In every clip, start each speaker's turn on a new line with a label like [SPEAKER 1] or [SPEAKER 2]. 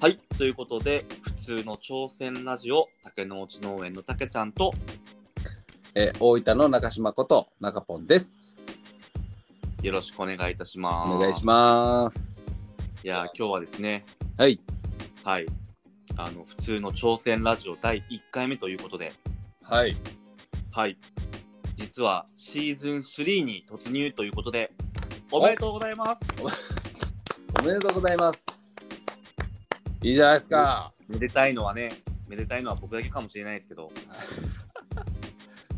[SPEAKER 1] はい、ということで、普通の挑戦ラジオ、竹の内農園の竹ちゃんと、
[SPEAKER 2] えー大分の中島こと中ポンです。
[SPEAKER 1] よろしくお願いいたします。
[SPEAKER 2] お願いします。
[SPEAKER 1] す。いやー、今日はですね、
[SPEAKER 2] はい。
[SPEAKER 1] はい、あの、普通の挑戦ラジオ第1回目ということで、
[SPEAKER 2] はい。
[SPEAKER 1] はい、実はシーズン3に突入ということで、おめでとうございます。
[SPEAKER 2] おめでとうございます。いいじゃないですか。
[SPEAKER 1] めでたいのはね、めでたいのは僕だけかもしれないですけど、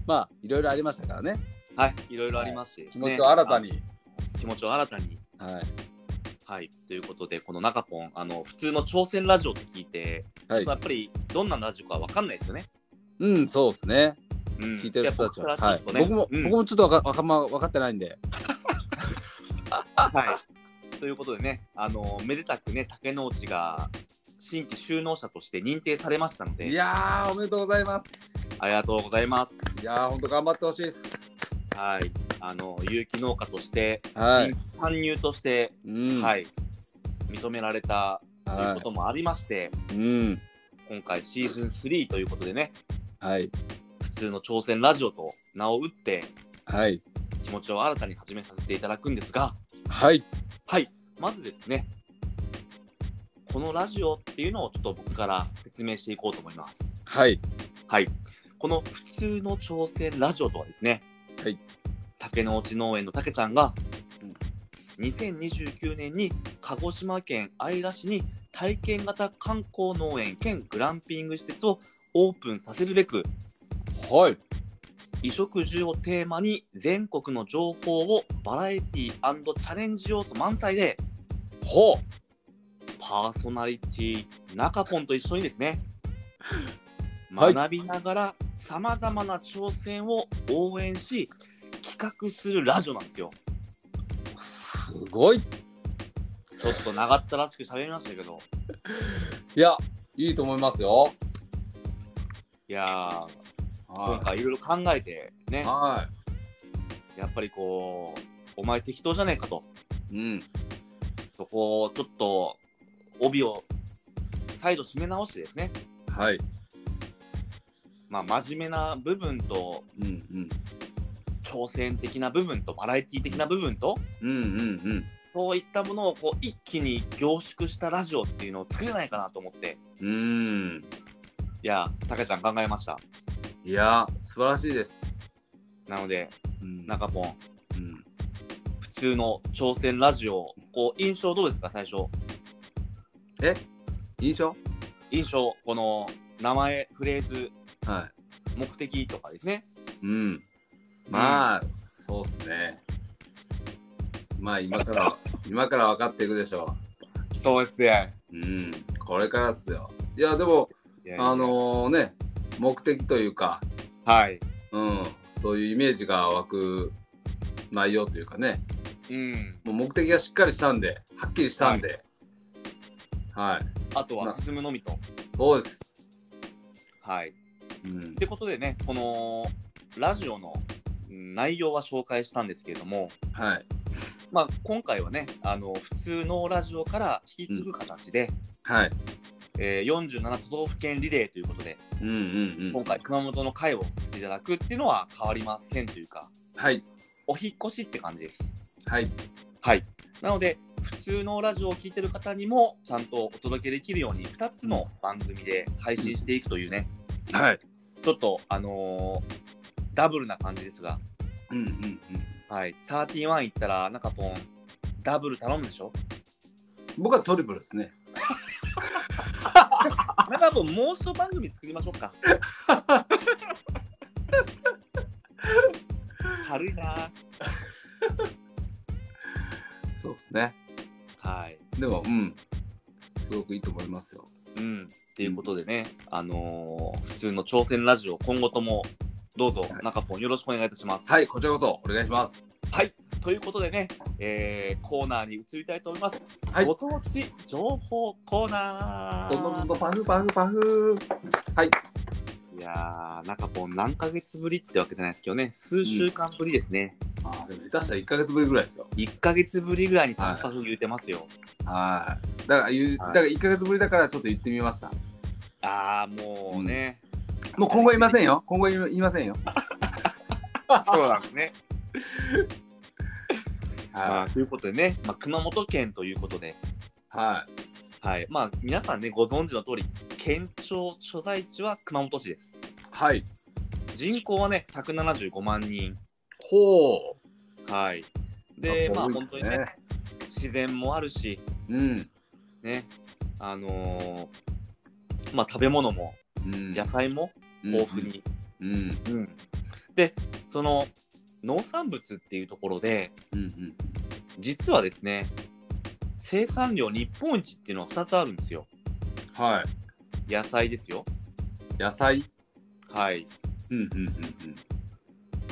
[SPEAKER 2] まあ、いろいろありましたからね。
[SPEAKER 1] はい、いろいろありましてで
[SPEAKER 2] 気
[SPEAKER 1] すね、
[SPEAKER 2] 持ちを新たに。
[SPEAKER 1] あ。気持ちを新たに。
[SPEAKER 2] はい。
[SPEAKER 1] はい、ということで、この中ポン、あの、普通の挑戦ラジオって聞いて、
[SPEAKER 2] はい
[SPEAKER 1] まあ。やっぱりどんなラジオかわかんないですよね。
[SPEAKER 2] うん、そうですね。
[SPEAKER 1] うん、
[SPEAKER 2] 聞いてる人たちは。
[SPEAKER 1] いや
[SPEAKER 2] はい。
[SPEAKER 1] 僕から
[SPEAKER 2] 僕
[SPEAKER 1] ちょ
[SPEAKER 2] も
[SPEAKER 1] っと、ねうん
[SPEAKER 2] 僕もちょっとわか、わかんま、分かってないんで。
[SPEAKER 1] はい。ということでね、あのめでたくね、竹之内が新規就農者として認定されましたの
[SPEAKER 2] い
[SPEAKER 1] で、
[SPEAKER 2] やー、おめでとうございます。
[SPEAKER 1] ありがとうございます。
[SPEAKER 2] いやー、ほんと頑張ってほしいです。
[SPEAKER 1] はい。あの有機農家として、
[SPEAKER 2] は
[SPEAKER 1] 新規参入として、
[SPEAKER 2] い。うん。。
[SPEAKER 1] はいい、認められたという
[SPEAKER 2] は
[SPEAKER 1] こともありまして、
[SPEAKER 2] い。うん。
[SPEAKER 1] 今回シーズン3ということでね、
[SPEAKER 2] はい。
[SPEAKER 1] 普通の挑戦ラジオと名を打って、
[SPEAKER 2] はい。
[SPEAKER 1] 気持ちを新たに始めさせていただくんですが、
[SPEAKER 2] はい。
[SPEAKER 1] はい、まずですね、このラジオっていうのをちょっと僕から説明していこうと思います。
[SPEAKER 2] はい。
[SPEAKER 1] はい、この普通の挑戦ラジオとはですね、
[SPEAKER 2] はい、
[SPEAKER 1] 竹の内農園の竹ちゃんが
[SPEAKER 2] うん、
[SPEAKER 1] 2029年に鹿児島県姶良市に体験型観光農園兼グランピング施設をオープンさせるべく、
[SPEAKER 2] はい。
[SPEAKER 1] 衣食住をテーマに全国の情報をバラエティチャレンジ要素満載で、
[SPEAKER 2] ほう。
[SPEAKER 1] パーソナリティ中ポンと一緒にですね、
[SPEAKER 2] はい
[SPEAKER 1] 学びながらさまざまな挑戦を応援し企画するラジオなんですよ。
[SPEAKER 2] すごい。
[SPEAKER 1] ちょっと長ったらしく喋りましたけど、
[SPEAKER 2] いや、いいと思いますよ。
[SPEAKER 1] いやー、今
[SPEAKER 2] は
[SPEAKER 1] 回いろいろ考えてね
[SPEAKER 2] い。、は
[SPEAKER 1] やっぱりこう、お前適当じゃねえかと、
[SPEAKER 2] い。うん。
[SPEAKER 1] そこをちょっと帯を再度締め直してですね、
[SPEAKER 2] はい。
[SPEAKER 1] まあ真面目な部分と
[SPEAKER 2] うんうん。
[SPEAKER 1] 挑戦的な部分とバラエティ的な部分と、
[SPEAKER 2] うんうん
[SPEAKER 1] そういったものをこう一気に凝縮したラジオっていうのを作れないかなと思って、
[SPEAKER 2] うん。うん。
[SPEAKER 1] いや、たけちゃん考えました。
[SPEAKER 2] いや、素晴らしいです。
[SPEAKER 1] なので、
[SPEAKER 2] うん
[SPEAKER 1] 中ポン、
[SPEAKER 2] うん、
[SPEAKER 1] 普通の挑戦ラジオ、こう印象どうですか、最初。
[SPEAKER 2] 印象
[SPEAKER 1] 印象、この名前、フレーズ、
[SPEAKER 2] は
[SPEAKER 1] 目的とかですね。
[SPEAKER 2] い。うん。まあ、そうっすね。まあ、今 から、今から分かっていくでしょ
[SPEAKER 1] そうですね。
[SPEAKER 2] う。うん。これからっすよ。いや、でも、あ、のね、目的というか、
[SPEAKER 1] はい。
[SPEAKER 2] うん、そういうイメージが湧く内容というかね、
[SPEAKER 1] うん。
[SPEAKER 2] もう目的がしっかりしたんで、はっきりしたんで、はい、
[SPEAKER 1] あとは
[SPEAKER 2] な
[SPEAKER 1] 進むのみと。
[SPEAKER 2] そうです。
[SPEAKER 1] はい。
[SPEAKER 2] うん
[SPEAKER 1] っ、てことでね、このラジオのうん内容は紹介したんですけれども、
[SPEAKER 2] はい、
[SPEAKER 1] まあ、今回はねあの普通のラジオから引き継ぐ形で、
[SPEAKER 2] はい、
[SPEAKER 1] えー47都道府県リレーということで
[SPEAKER 2] うんうんう
[SPEAKER 1] 今
[SPEAKER 2] ん、
[SPEAKER 1] 回熊本の会をさせていただくっていうのは変わりませんというか
[SPEAKER 2] はい、
[SPEAKER 1] お引っ越しって感じです
[SPEAKER 2] はい、
[SPEAKER 1] はいなので普通のラジオを聴いてる方にもちゃんとお届けできるように2つの番組で配信していくというね
[SPEAKER 2] はい、
[SPEAKER 1] ちょっとあのーダブルな感じですが
[SPEAKER 2] うんうんうん。
[SPEAKER 1] はい31行ったら中ポンダブル頼むでしょ
[SPEAKER 2] 僕はトリプルですね。
[SPEAKER 1] 中ポンもう一番組作りましょうか軽いな
[SPEAKER 2] そうですね。
[SPEAKER 1] はい
[SPEAKER 2] でも、うん、すごくいいと思いますよ。
[SPEAKER 1] うん、っていうことでね、あのー普通の挑戦ラジオ、今後ともどうぞ、
[SPEAKER 2] い
[SPEAKER 1] 中ポン、よろしくお願いいたします。
[SPEAKER 2] はい、こちらこそお願いします。
[SPEAKER 1] はいということでね、えーコーナーに移りたいと思います。
[SPEAKER 2] はい
[SPEAKER 1] ご当地情報コーナー。
[SPEAKER 2] どんどんどんどんパフパフパフ。
[SPEAKER 1] いやー、なんかこう、何ヶ月ぶりってわけじゃないですけどね、数週間ぶりですね。
[SPEAKER 2] あーでも下手したら1ヶ月ぶりぐらいですよ。
[SPEAKER 1] 1ヶ月ぶりぐらいにパフパフ言うてますよ。
[SPEAKER 2] はい。だから言う、
[SPEAKER 1] はい
[SPEAKER 2] だから1ヶ月ぶりだからちょっと言ってみました。
[SPEAKER 1] ああ、もうね。
[SPEAKER 2] もう今後言いませんよ。今後言いませんよ。
[SPEAKER 1] そうなんですね。まあ、
[SPEAKER 2] は
[SPEAKER 1] ということでね、まあ、熊本県ということで、
[SPEAKER 2] い。はい。
[SPEAKER 1] はい。まあ、皆さんね、ご存知の通り、県庁所在地は熊本市です。
[SPEAKER 2] はい。
[SPEAKER 1] 人口はね、175万人。
[SPEAKER 2] ほう。
[SPEAKER 1] はい。で、まあ、
[SPEAKER 2] 多い
[SPEAKER 1] 本当にね、。自然もあるし、
[SPEAKER 2] うん。
[SPEAKER 1] ね、あのーまあ、食べ物も、
[SPEAKER 2] うん。
[SPEAKER 1] 野菜も豊富に。
[SPEAKER 2] うん。う
[SPEAKER 1] う
[SPEAKER 2] ん。
[SPEAKER 1] んで、その、農産物っていうところで、
[SPEAKER 2] うん。うん。
[SPEAKER 1] 実はですね、生産量日本一っていうのは2つあるんですよ。
[SPEAKER 2] はい。
[SPEAKER 1] 野菜ですよ。
[SPEAKER 2] 野菜。
[SPEAKER 1] はい。
[SPEAKER 2] うん。うん。うん。うん。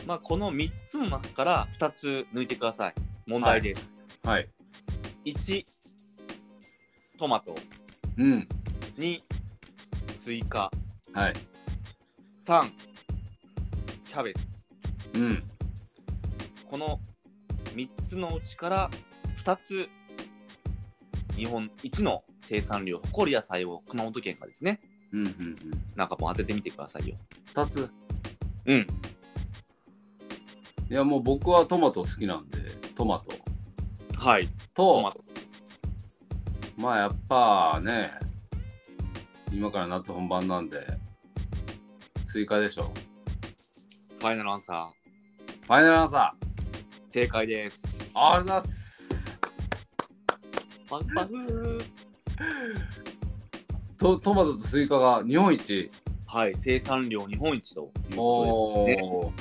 [SPEAKER 1] まあ、この3つの中から2つ抜いてください。問題です。
[SPEAKER 2] はい。
[SPEAKER 1] 1、トマト。
[SPEAKER 2] うん。
[SPEAKER 1] 2、スイカ。
[SPEAKER 2] はい。
[SPEAKER 1] 3、キャベツ。
[SPEAKER 2] うん。
[SPEAKER 1] この3つのうちから2つ、日本一の生産量を誇る野菜を熊本県がですね、
[SPEAKER 2] うん。うん。うん。
[SPEAKER 1] なんかもう当ててみてくださいよ。
[SPEAKER 2] 二つ。
[SPEAKER 1] うん。
[SPEAKER 2] いや、もう僕はトマト好きなんで、トマト。
[SPEAKER 1] はい。
[SPEAKER 2] と、
[SPEAKER 1] トマト。
[SPEAKER 2] まあやっぱね、今から夏本番なんで、スイカでしょ。
[SPEAKER 1] ファイナルアンサ
[SPEAKER 2] ファイナルアンサー、
[SPEAKER 1] ー、正解です。
[SPEAKER 2] ありがとうございます。
[SPEAKER 1] パフパフー。
[SPEAKER 2] とトマトとスイカが日本一。
[SPEAKER 1] はい。生産量日本一ということで。
[SPEAKER 2] お
[SPEAKER 1] ね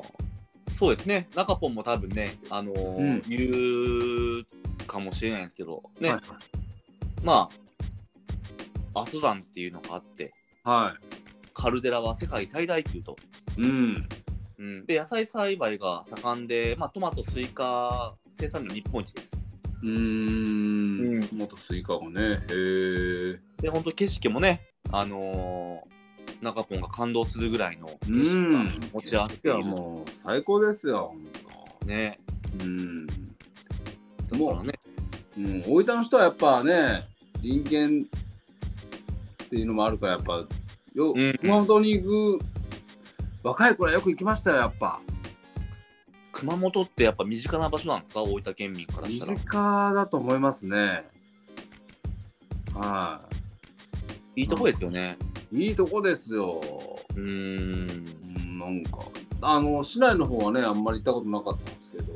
[SPEAKER 1] まあ、そうですね、中ポンも多分ね、あのー
[SPEAKER 2] うん
[SPEAKER 1] 言うかもしれないですけど、ね、
[SPEAKER 2] はい
[SPEAKER 1] まあ、阿蘇山っていうのがあって、
[SPEAKER 2] は
[SPEAKER 1] カルデラは世界最大級と。
[SPEAKER 2] い。うん。
[SPEAKER 1] うん、で、野菜栽培が盛んで、まあ、トマト、スイカ生産量日本一です。
[SPEAKER 2] うー
[SPEAKER 1] うん
[SPEAKER 2] ん。トマトスイカがね、へー。
[SPEAKER 1] で、本当景色もね、あのー中ポンが感動するぐらいの
[SPEAKER 2] う
[SPEAKER 1] 景色が
[SPEAKER 2] ん。
[SPEAKER 1] 持ち上げてい
[SPEAKER 2] いや
[SPEAKER 1] る。
[SPEAKER 2] もう最高ですよ、ほんと。
[SPEAKER 1] ね、
[SPEAKER 2] うん。
[SPEAKER 1] だからね、
[SPEAKER 2] うん、大分の人はやっぱね、人間っていうのもあるから、やっぱ、よ
[SPEAKER 1] うん
[SPEAKER 2] 熊本に行く、若い頃はよく行きましたよ、やっぱ。
[SPEAKER 1] 熊本ってやっぱ身近な場所なんですか、大分県民から
[SPEAKER 2] 身
[SPEAKER 1] したら。
[SPEAKER 2] 近だと思いますね。はい
[SPEAKER 1] いとこですよね。
[SPEAKER 2] い。いいとこですよ。
[SPEAKER 1] うー
[SPEAKER 2] うんん、なんか、あの、市内の方はね、あんまり行ったことなかったんですけど。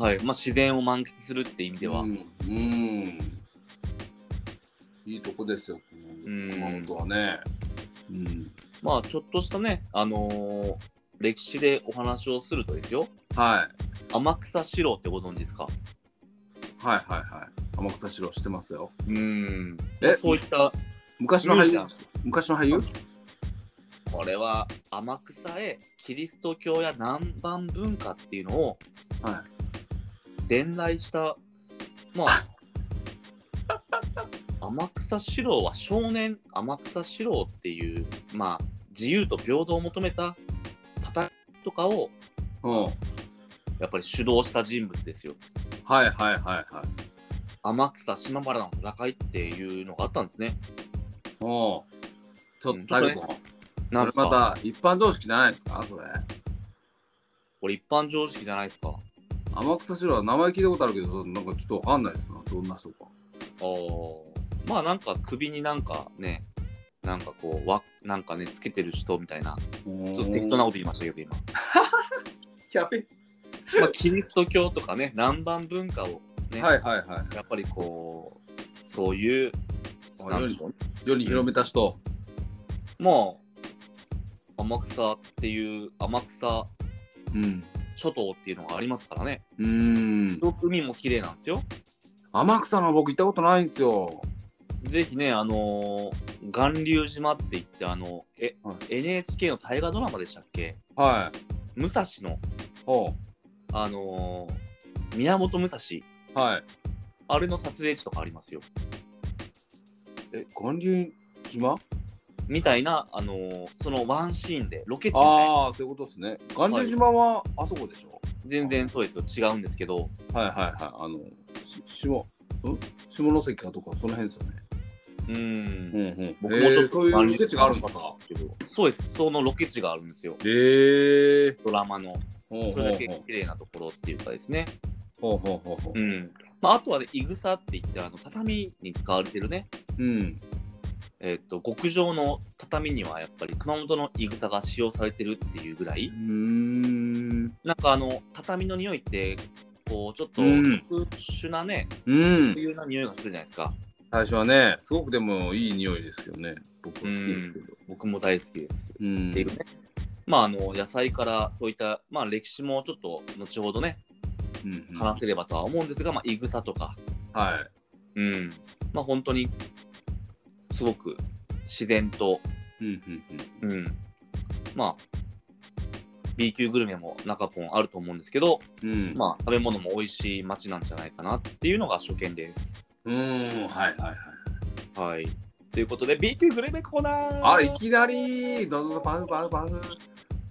[SPEAKER 1] はいまあ、自然を満喫するって意味では、
[SPEAKER 2] うん。うんいいとこですよ、
[SPEAKER 1] ん
[SPEAKER 2] 熊本はね。うん。
[SPEAKER 1] まあちょっとしたね、あのー歴史でお話をするとですよ
[SPEAKER 2] はい。
[SPEAKER 1] 天草四郎ってご存知ですか
[SPEAKER 2] はいはいはい。天草四郎知ってますよ。
[SPEAKER 1] うーん
[SPEAKER 2] え
[SPEAKER 1] そういった
[SPEAKER 2] 昔の
[SPEAKER 1] ミュー
[SPEAKER 2] 俳
[SPEAKER 1] ジ
[SPEAKER 2] 優
[SPEAKER 1] アム
[SPEAKER 2] 昔の俳優
[SPEAKER 1] これは天草へキリスト教や南蛮文化っていうのを
[SPEAKER 2] は
[SPEAKER 1] 伝来したまあ天草四郎は少年天草四郎っていうまあ自由と平等を求めた戦いとかを
[SPEAKER 2] い。うん。
[SPEAKER 1] やっぱり主導した人物ですよ
[SPEAKER 2] はいはいはいはい。
[SPEAKER 1] 天草島原の戦いっていうのがあったんですね。
[SPEAKER 2] うん。ちょっと
[SPEAKER 1] うん
[SPEAKER 2] 最
[SPEAKER 1] ちょっ
[SPEAKER 2] 後。
[SPEAKER 1] な
[SPEAKER 2] そ
[SPEAKER 1] ん
[SPEAKER 2] れ
[SPEAKER 1] すか
[SPEAKER 2] また一般常識じゃないですかそれ。
[SPEAKER 1] これ一般常識じゃないですか。
[SPEAKER 2] 天草四郎は名前聞いたことあるけど、なんかちょっとわかんないですな。どんな人か。
[SPEAKER 1] おまあなんか首になんかね、なんかこう、わなんかね、つけてる人みたいな、ちょっと適当なこと言いましたけど、今。
[SPEAKER 2] やべ。
[SPEAKER 1] まあ、キリスト教とかね、南蛮文化をね、
[SPEAKER 2] はいはいは
[SPEAKER 1] やっぱりこう、そういう、
[SPEAKER 2] あ
[SPEAKER 1] なんでしょうね。
[SPEAKER 2] い。世に広めた人。
[SPEAKER 1] もう、天草っていう、天草
[SPEAKER 2] うん。
[SPEAKER 1] 諸島っていうのがありますからね。
[SPEAKER 2] うーん。
[SPEAKER 1] 海も綺麗なんですよ。
[SPEAKER 2] 天草の僕行ったことないんですよ。
[SPEAKER 1] ぜひね、あのー、巌流島って言って、あの、え、
[SPEAKER 2] はい
[SPEAKER 1] NHK の大河ドラマでしたっけ
[SPEAKER 2] はい。
[SPEAKER 1] 武蔵の、
[SPEAKER 2] ほ
[SPEAKER 1] あのー、宮本武蔵、
[SPEAKER 2] う。はい。
[SPEAKER 1] あれの撮影地とかありますよ。
[SPEAKER 2] え、巌流島
[SPEAKER 1] みたいな、あのーそのワンシーンで、ロケ地のね、
[SPEAKER 2] ああ、そういうことですね。巌流島はあそこでしょ、
[SPEAKER 1] 全然そうですよ、違うんですけど、
[SPEAKER 2] はい、はいはいあの、し下、ん下関かとか、その辺ですよね。
[SPEAKER 1] うーん、
[SPEAKER 2] んうん
[SPEAKER 1] 僕もちょっと
[SPEAKER 2] そういうロケ地があるんですか
[SPEAKER 1] そうです、そのロケ地があるんですよ、
[SPEAKER 2] へえ
[SPEAKER 1] ドラマの、
[SPEAKER 2] ー。
[SPEAKER 1] それだけ綺麗なところっていうかですね、
[SPEAKER 2] ほうほうほうほう。
[SPEAKER 1] うんまあ、あとはね、いぐさって言って、あの畳に使われてるね、
[SPEAKER 2] うん。
[SPEAKER 1] えっと極上の畳にはやっぱり熊本のいぐさが使用されてるっていうぐらい、
[SPEAKER 2] うーん。
[SPEAKER 1] なんかあの畳の匂いって、こうちょっと
[SPEAKER 2] うん
[SPEAKER 1] 特殊なね、
[SPEAKER 2] うん。
[SPEAKER 1] 冬な匂いがするじゃないですか。
[SPEAKER 2] 最初はね、すごくでもいい匂いですけどね。僕は好きですけど。
[SPEAKER 1] 僕も大好きです。
[SPEAKER 2] う
[SPEAKER 1] ってい
[SPEAKER 2] ん
[SPEAKER 1] う。ね。まあ、あの野菜からそういった、まあ、歴史もちょっと後ほどね
[SPEAKER 2] うんうん
[SPEAKER 1] 話せればとは思うんですが、まあ、いぐさとか、
[SPEAKER 2] はい。
[SPEAKER 1] うんまあ、本当にすごく自然と、
[SPEAKER 2] うんうんうん。
[SPEAKER 1] うん、まあ B 級グルメも中ポンあると思うんですけど、
[SPEAKER 2] うん、
[SPEAKER 1] まあ、食べ物も美味しい街なんじゃないかなっていうのが初見です。
[SPEAKER 2] うーん、はいはいはい。
[SPEAKER 1] はい、ということで B 級グルメコーナー
[SPEAKER 2] あら、いきなり、どんどんパンパンパン。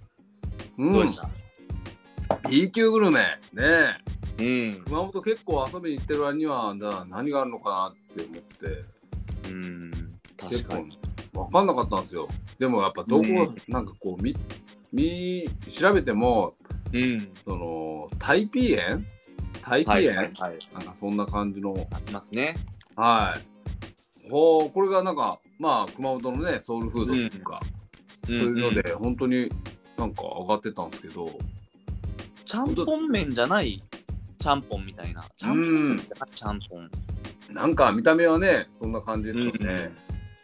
[SPEAKER 1] ど
[SPEAKER 2] う
[SPEAKER 1] うんでし、た、
[SPEAKER 2] B 級グルメ、ねえ、
[SPEAKER 1] うん
[SPEAKER 2] 熊本結構遊びに行ってる割には、な何があるのかなって思って、
[SPEAKER 1] うん、確
[SPEAKER 2] 結
[SPEAKER 1] か
[SPEAKER 2] 構
[SPEAKER 1] に。
[SPEAKER 2] 分かんなかったんですよ。でもやっぱどこ、
[SPEAKER 1] うん
[SPEAKER 2] なんかこう、み、み、調べても、
[SPEAKER 1] うん、
[SPEAKER 2] その、タイピーエンタイピー
[SPEAKER 1] は
[SPEAKER 2] エ
[SPEAKER 1] い
[SPEAKER 2] ン、
[SPEAKER 1] はいはい、
[SPEAKER 2] なんかそんな感じの、
[SPEAKER 1] ありますね。
[SPEAKER 2] はい。ほう、これがなんか、まあ、熊本のね、ソウルフードっていうか、
[SPEAKER 1] そう
[SPEAKER 2] そういうので、本当になんか上がってたんですけど、
[SPEAKER 1] ちゃんぽん麺じゃないちゃんぽんみたいな。ちゃんぽん麺じゃないちゃんぽん。
[SPEAKER 2] なんか見た目はね、そんな感じですよね。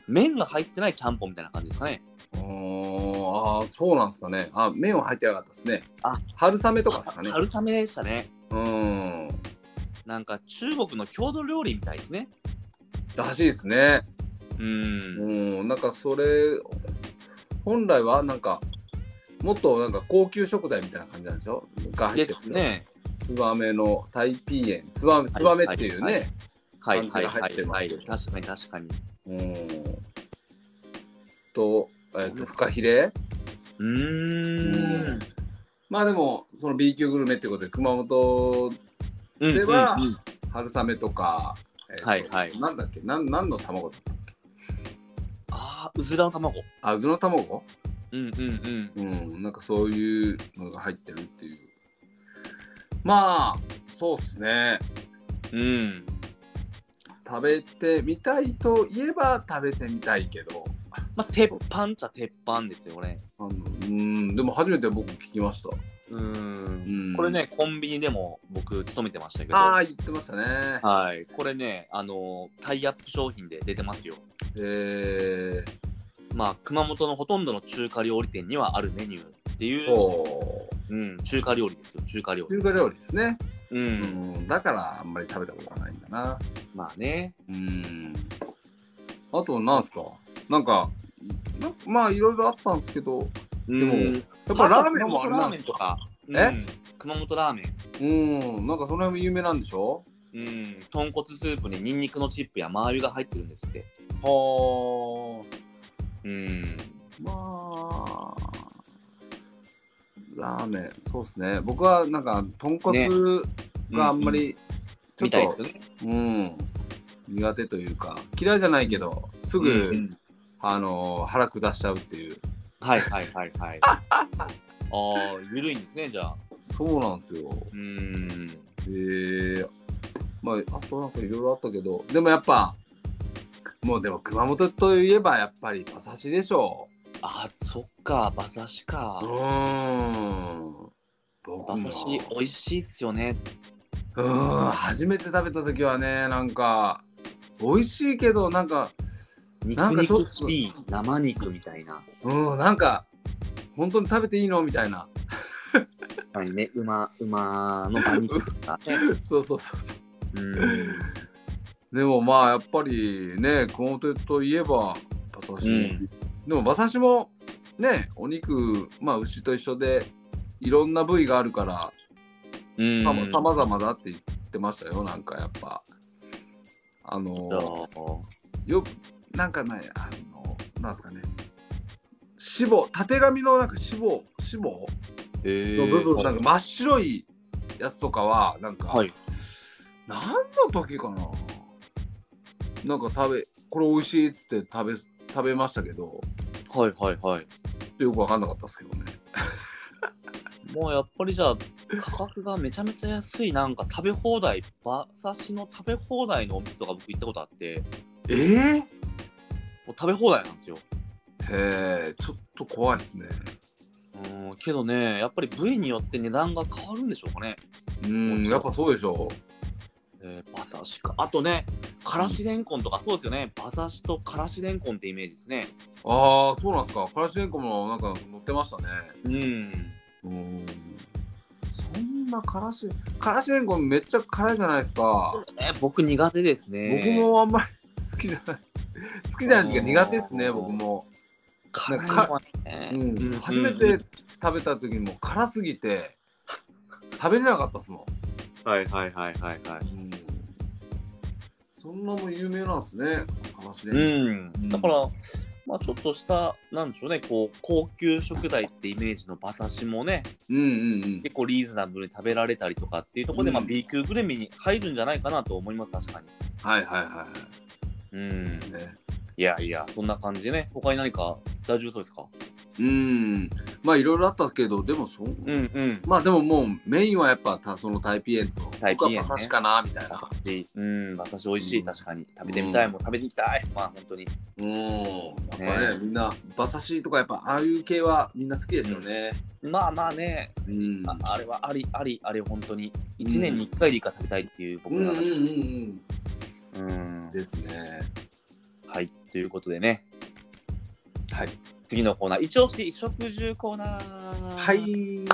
[SPEAKER 1] 麺が入ってないちゃんぽんみたいな感じですかね。
[SPEAKER 2] うーん、ああ、そうなんですかね。あ、麺は入ってなかったですね。
[SPEAKER 1] あ
[SPEAKER 2] 春雨とかですかね。
[SPEAKER 1] 春雨でしたね。
[SPEAKER 2] うーん、
[SPEAKER 1] なんか中国の郷土料理みたいですね。
[SPEAKER 2] らしいですね。
[SPEAKER 1] う。
[SPEAKER 2] うんーん、なんかそれ、本来はなんか、もっとなんか高級食材みたいな感じなんでしょが入っ
[SPEAKER 1] で
[SPEAKER 2] て
[SPEAKER 1] す
[SPEAKER 2] る。
[SPEAKER 1] ね。
[SPEAKER 2] ツバメのタイピーエン、ツバメ、ツバメっていう
[SPEAKER 1] はいは
[SPEAKER 2] ね。
[SPEAKER 1] はいはい
[SPEAKER 2] 感
[SPEAKER 1] は
[SPEAKER 2] じが入って
[SPEAKER 1] い
[SPEAKER 2] ま
[SPEAKER 1] は
[SPEAKER 2] す
[SPEAKER 1] い。確か
[SPEAKER 2] けど
[SPEAKER 1] に確かに。
[SPEAKER 2] うーん。と、えっと、フカヒレ
[SPEAKER 1] うーん。
[SPEAKER 2] まあでもその B 級グルメってことで熊本
[SPEAKER 1] うん
[SPEAKER 2] では
[SPEAKER 1] うんうん
[SPEAKER 2] 春雨とか、えと
[SPEAKER 1] はいはい
[SPEAKER 2] なんだっけなんなんの卵だった
[SPEAKER 1] ああ、うずらの卵。
[SPEAKER 2] あうずの卵
[SPEAKER 1] うんうんうん。
[SPEAKER 2] うんなんかそういうのが入ってるっていうまあそうっすね
[SPEAKER 1] うん。
[SPEAKER 2] 食べてみたいといえば食べてみたいけど
[SPEAKER 1] まあ、鉄板っちゃ鉄板ですよね。
[SPEAKER 2] あのうんでも初めて僕聞きました、
[SPEAKER 1] う。
[SPEAKER 2] うんん、
[SPEAKER 1] これね、コンビニでも僕勤めてましたけど。
[SPEAKER 2] ああ言ってましたね
[SPEAKER 1] はい、これね、あのタイアップ商品で出てますよ。
[SPEAKER 2] え
[SPEAKER 1] まあ、熊本のほとんどの中華料理店にはあるメニューってい
[SPEAKER 2] ー、
[SPEAKER 1] う、
[SPEAKER 2] お
[SPEAKER 1] うん、中華料理ですよ、中華料理。
[SPEAKER 2] 中華料理ですね、
[SPEAKER 1] う、
[SPEAKER 2] うんん、だからあんまり食べたことがないんだな
[SPEAKER 1] まあね、
[SPEAKER 2] うーん。あと、なんすかなんか、なまあ、いろいろあったんですけど、
[SPEAKER 1] で
[SPEAKER 2] もやっぱラーメンもあれ
[SPEAKER 1] ラ
[SPEAKER 2] な
[SPEAKER 1] ー
[SPEAKER 2] ん
[SPEAKER 1] メ
[SPEAKER 2] で
[SPEAKER 1] ン
[SPEAKER 2] す
[SPEAKER 1] と
[SPEAKER 2] か
[SPEAKER 1] か、
[SPEAKER 2] え
[SPEAKER 1] うん熊本ラーメン、
[SPEAKER 2] うーん、なんかその辺も有名なんでしょ
[SPEAKER 1] うん、豚骨スープにニンニクのチップやマー油が入ってるんですって。
[SPEAKER 2] は
[SPEAKER 1] うん、
[SPEAKER 2] あ。まあ、ラーメン、そうですね。僕はなんか、豚
[SPEAKER 1] ね
[SPEAKER 2] 骨があんまり、ちょっ
[SPEAKER 1] みたいです
[SPEAKER 2] と、
[SPEAKER 1] よね。
[SPEAKER 2] うん、苦手というか、嫌いじゃないけど、すぐ、
[SPEAKER 1] うん、
[SPEAKER 2] あのー腹下しちゃうっていう。
[SPEAKER 1] はいはいはい はい。ああ、緩いんですね、じゃあ。
[SPEAKER 2] そうなんですよ。
[SPEAKER 1] うん、
[SPEAKER 2] えー、まああとなんかいろいろあったけどでもやっぱもうでも熊本といえばやっぱり馬刺しでしょ
[SPEAKER 1] あ、そっか、馬刺しか。
[SPEAKER 2] ううーん僕も
[SPEAKER 1] 馬刺し美味しいっすよね。
[SPEAKER 2] うーん初めて食べた時はねなんか美味しいけどなんか
[SPEAKER 1] 肉
[SPEAKER 2] なんかちょっと
[SPEAKER 1] 肉しい生肉みたいな。
[SPEAKER 2] うんなんか本当に食べていいのみたいな
[SPEAKER 1] はいね、馬、馬の馬肉と かね。
[SPEAKER 2] そうそうそうそ
[SPEAKER 1] う
[SPEAKER 2] う
[SPEAKER 1] ん。
[SPEAKER 2] でもまあやっぱりね熊本といえば馬刺し、
[SPEAKER 1] うん
[SPEAKER 2] でも馬刺しもねお肉まあ牛と一緒でいろんな部位があるから
[SPEAKER 1] うん。
[SPEAKER 2] まあさまざまだって言ってましたよなんかやっぱあの
[SPEAKER 1] そう
[SPEAKER 2] よなんかねあのなんですかね脂肪たてがみのなんか脂肪脂肪
[SPEAKER 1] えー
[SPEAKER 2] の部分、
[SPEAKER 1] はい
[SPEAKER 2] なんか真っ白いやつとかはなんか、
[SPEAKER 1] はい。
[SPEAKER 2] 何の時かななんか食べこれ美味しいっつって食べ食べましたけど
[SPEAKER 1] はいはいはい。
[SPEAKER 2] ちょっとよく分かんなかったですけどね
[SPEAKER 1] もうやっぱりじゃあ、価格がめちゃめちゃ安い、なんか食べ放題、馬刺しの食べ放題のお店とか僕行ったことあって、
[SPEAKER 2] え
[SPEAKER 1] もう食べ放題なんですよ。
[SPEAKER 2] へえちょっと怖いですね
[SPEAKER 1] うん、けどね、やっぱり部位によって値段が変わるんでしょうかね。
[SPEAKER 2] うんやっぱそうでしょ
[SPEAKER 1] えー、馬刺しか。あとね、からしれんこんとか、そうですよね。馬刺しとからしれんこんってイメージですね。
[SPEAKER 2] ああそうなんですかからしれんこもなんか乗ってましたね
[SPEAKER 1] うん。
[SPEAKER 2] うんそんなからしからしれんこめっちゃ辛いじゃないですか、
[SPEAKER 1] え僕苦手ですね。
[SPEAKER 2] 僕もあんまり好きじゃない好きじゃないっていうか苦手ですね
[SPEAKER 1] あー
[SPEAKER 2] 僕も、
[SPEAKER 1] 辛いのはね、
[SPEAKER 2] うん
[SPEAKER 1] うん
[SPEAKER 2] 初め
[SPEAKER 1] うん
[SPEAKER 2] て食べた時にもう辛すぎて食べれなかったですも
[SPEAKER 1] はいはいはいはいはい。
[SPEAKER 2] ん、そんなもん有名なんですねからしれんこ
[SPEAKER 1] うん、だから、まあ、ちょっとした、なんでしょうね、こう高級食材ってイメージの馬刺しもね、
[SPEAKER 2] うんうんうん
[SPEAKER 1] 結構リーズナブルに食べられたりとかっていうところで、
[SPEAKER 2] うん
[SPEAKER 1] まあ、B 級グルメに入るんじゃないかなと思います、確かに。
[SPEAKER 2] はいはいは
[SPEAKER 1] うん、
[SPEAKER 2] いね
[SPEAKER 1] いやいや、そんな感じでね、他に何か大丈夫そうですか
[SPEAKER 2] うんまあいろいろあったけどでもそう、
[SPEAKER 1] うんうん。
[SPEAKER 2] まあでももうメインはやっぱたそのタイピエンと
[SPEAKER 1] タイピエンね
[SPEAKER 2] 僕は馬刺しかなみたいな
[SPEAKER 1] うん、馬刺し美味し
[SPEAKER 2] う
[SPEAKER 1] い、
[SPEAKER 2] ん
[SPEAKER 1] 確かに。食べてみたい、もう食べに行きたい。まあ、本当に。
[SPEAKER 2] うんやっぱ
[SPEAKER 1] ね
[SPEAKER 2] ねみんな馬刺しとかやっぱああいう系はみんな好きですよね
[SPEAKER 1] まあまあね、
[SPEAKER 2] うん、
[SPEAKER 1] ああれはあり、あり、あれ、本当に。1年に1回でいいから食べたいっていう、僕
[SPEAKER 2] う
[SPEAKER 1] の
[SPEAKER 2] んうん
[SPEAKER 1] 中
[SPEAKER 2] うん
[SPEAKER 1] で。
[SPEAKER 2] うん
[SPEAKER 1] うん
[SPEAKER 2] ですね
[SPEAKER 1] はい、ということでね、
[SPEAKER 2] はい
[SPEAKER 1] 次のコーナー、一押し食住コーナー。
[SPEAKER 2] はい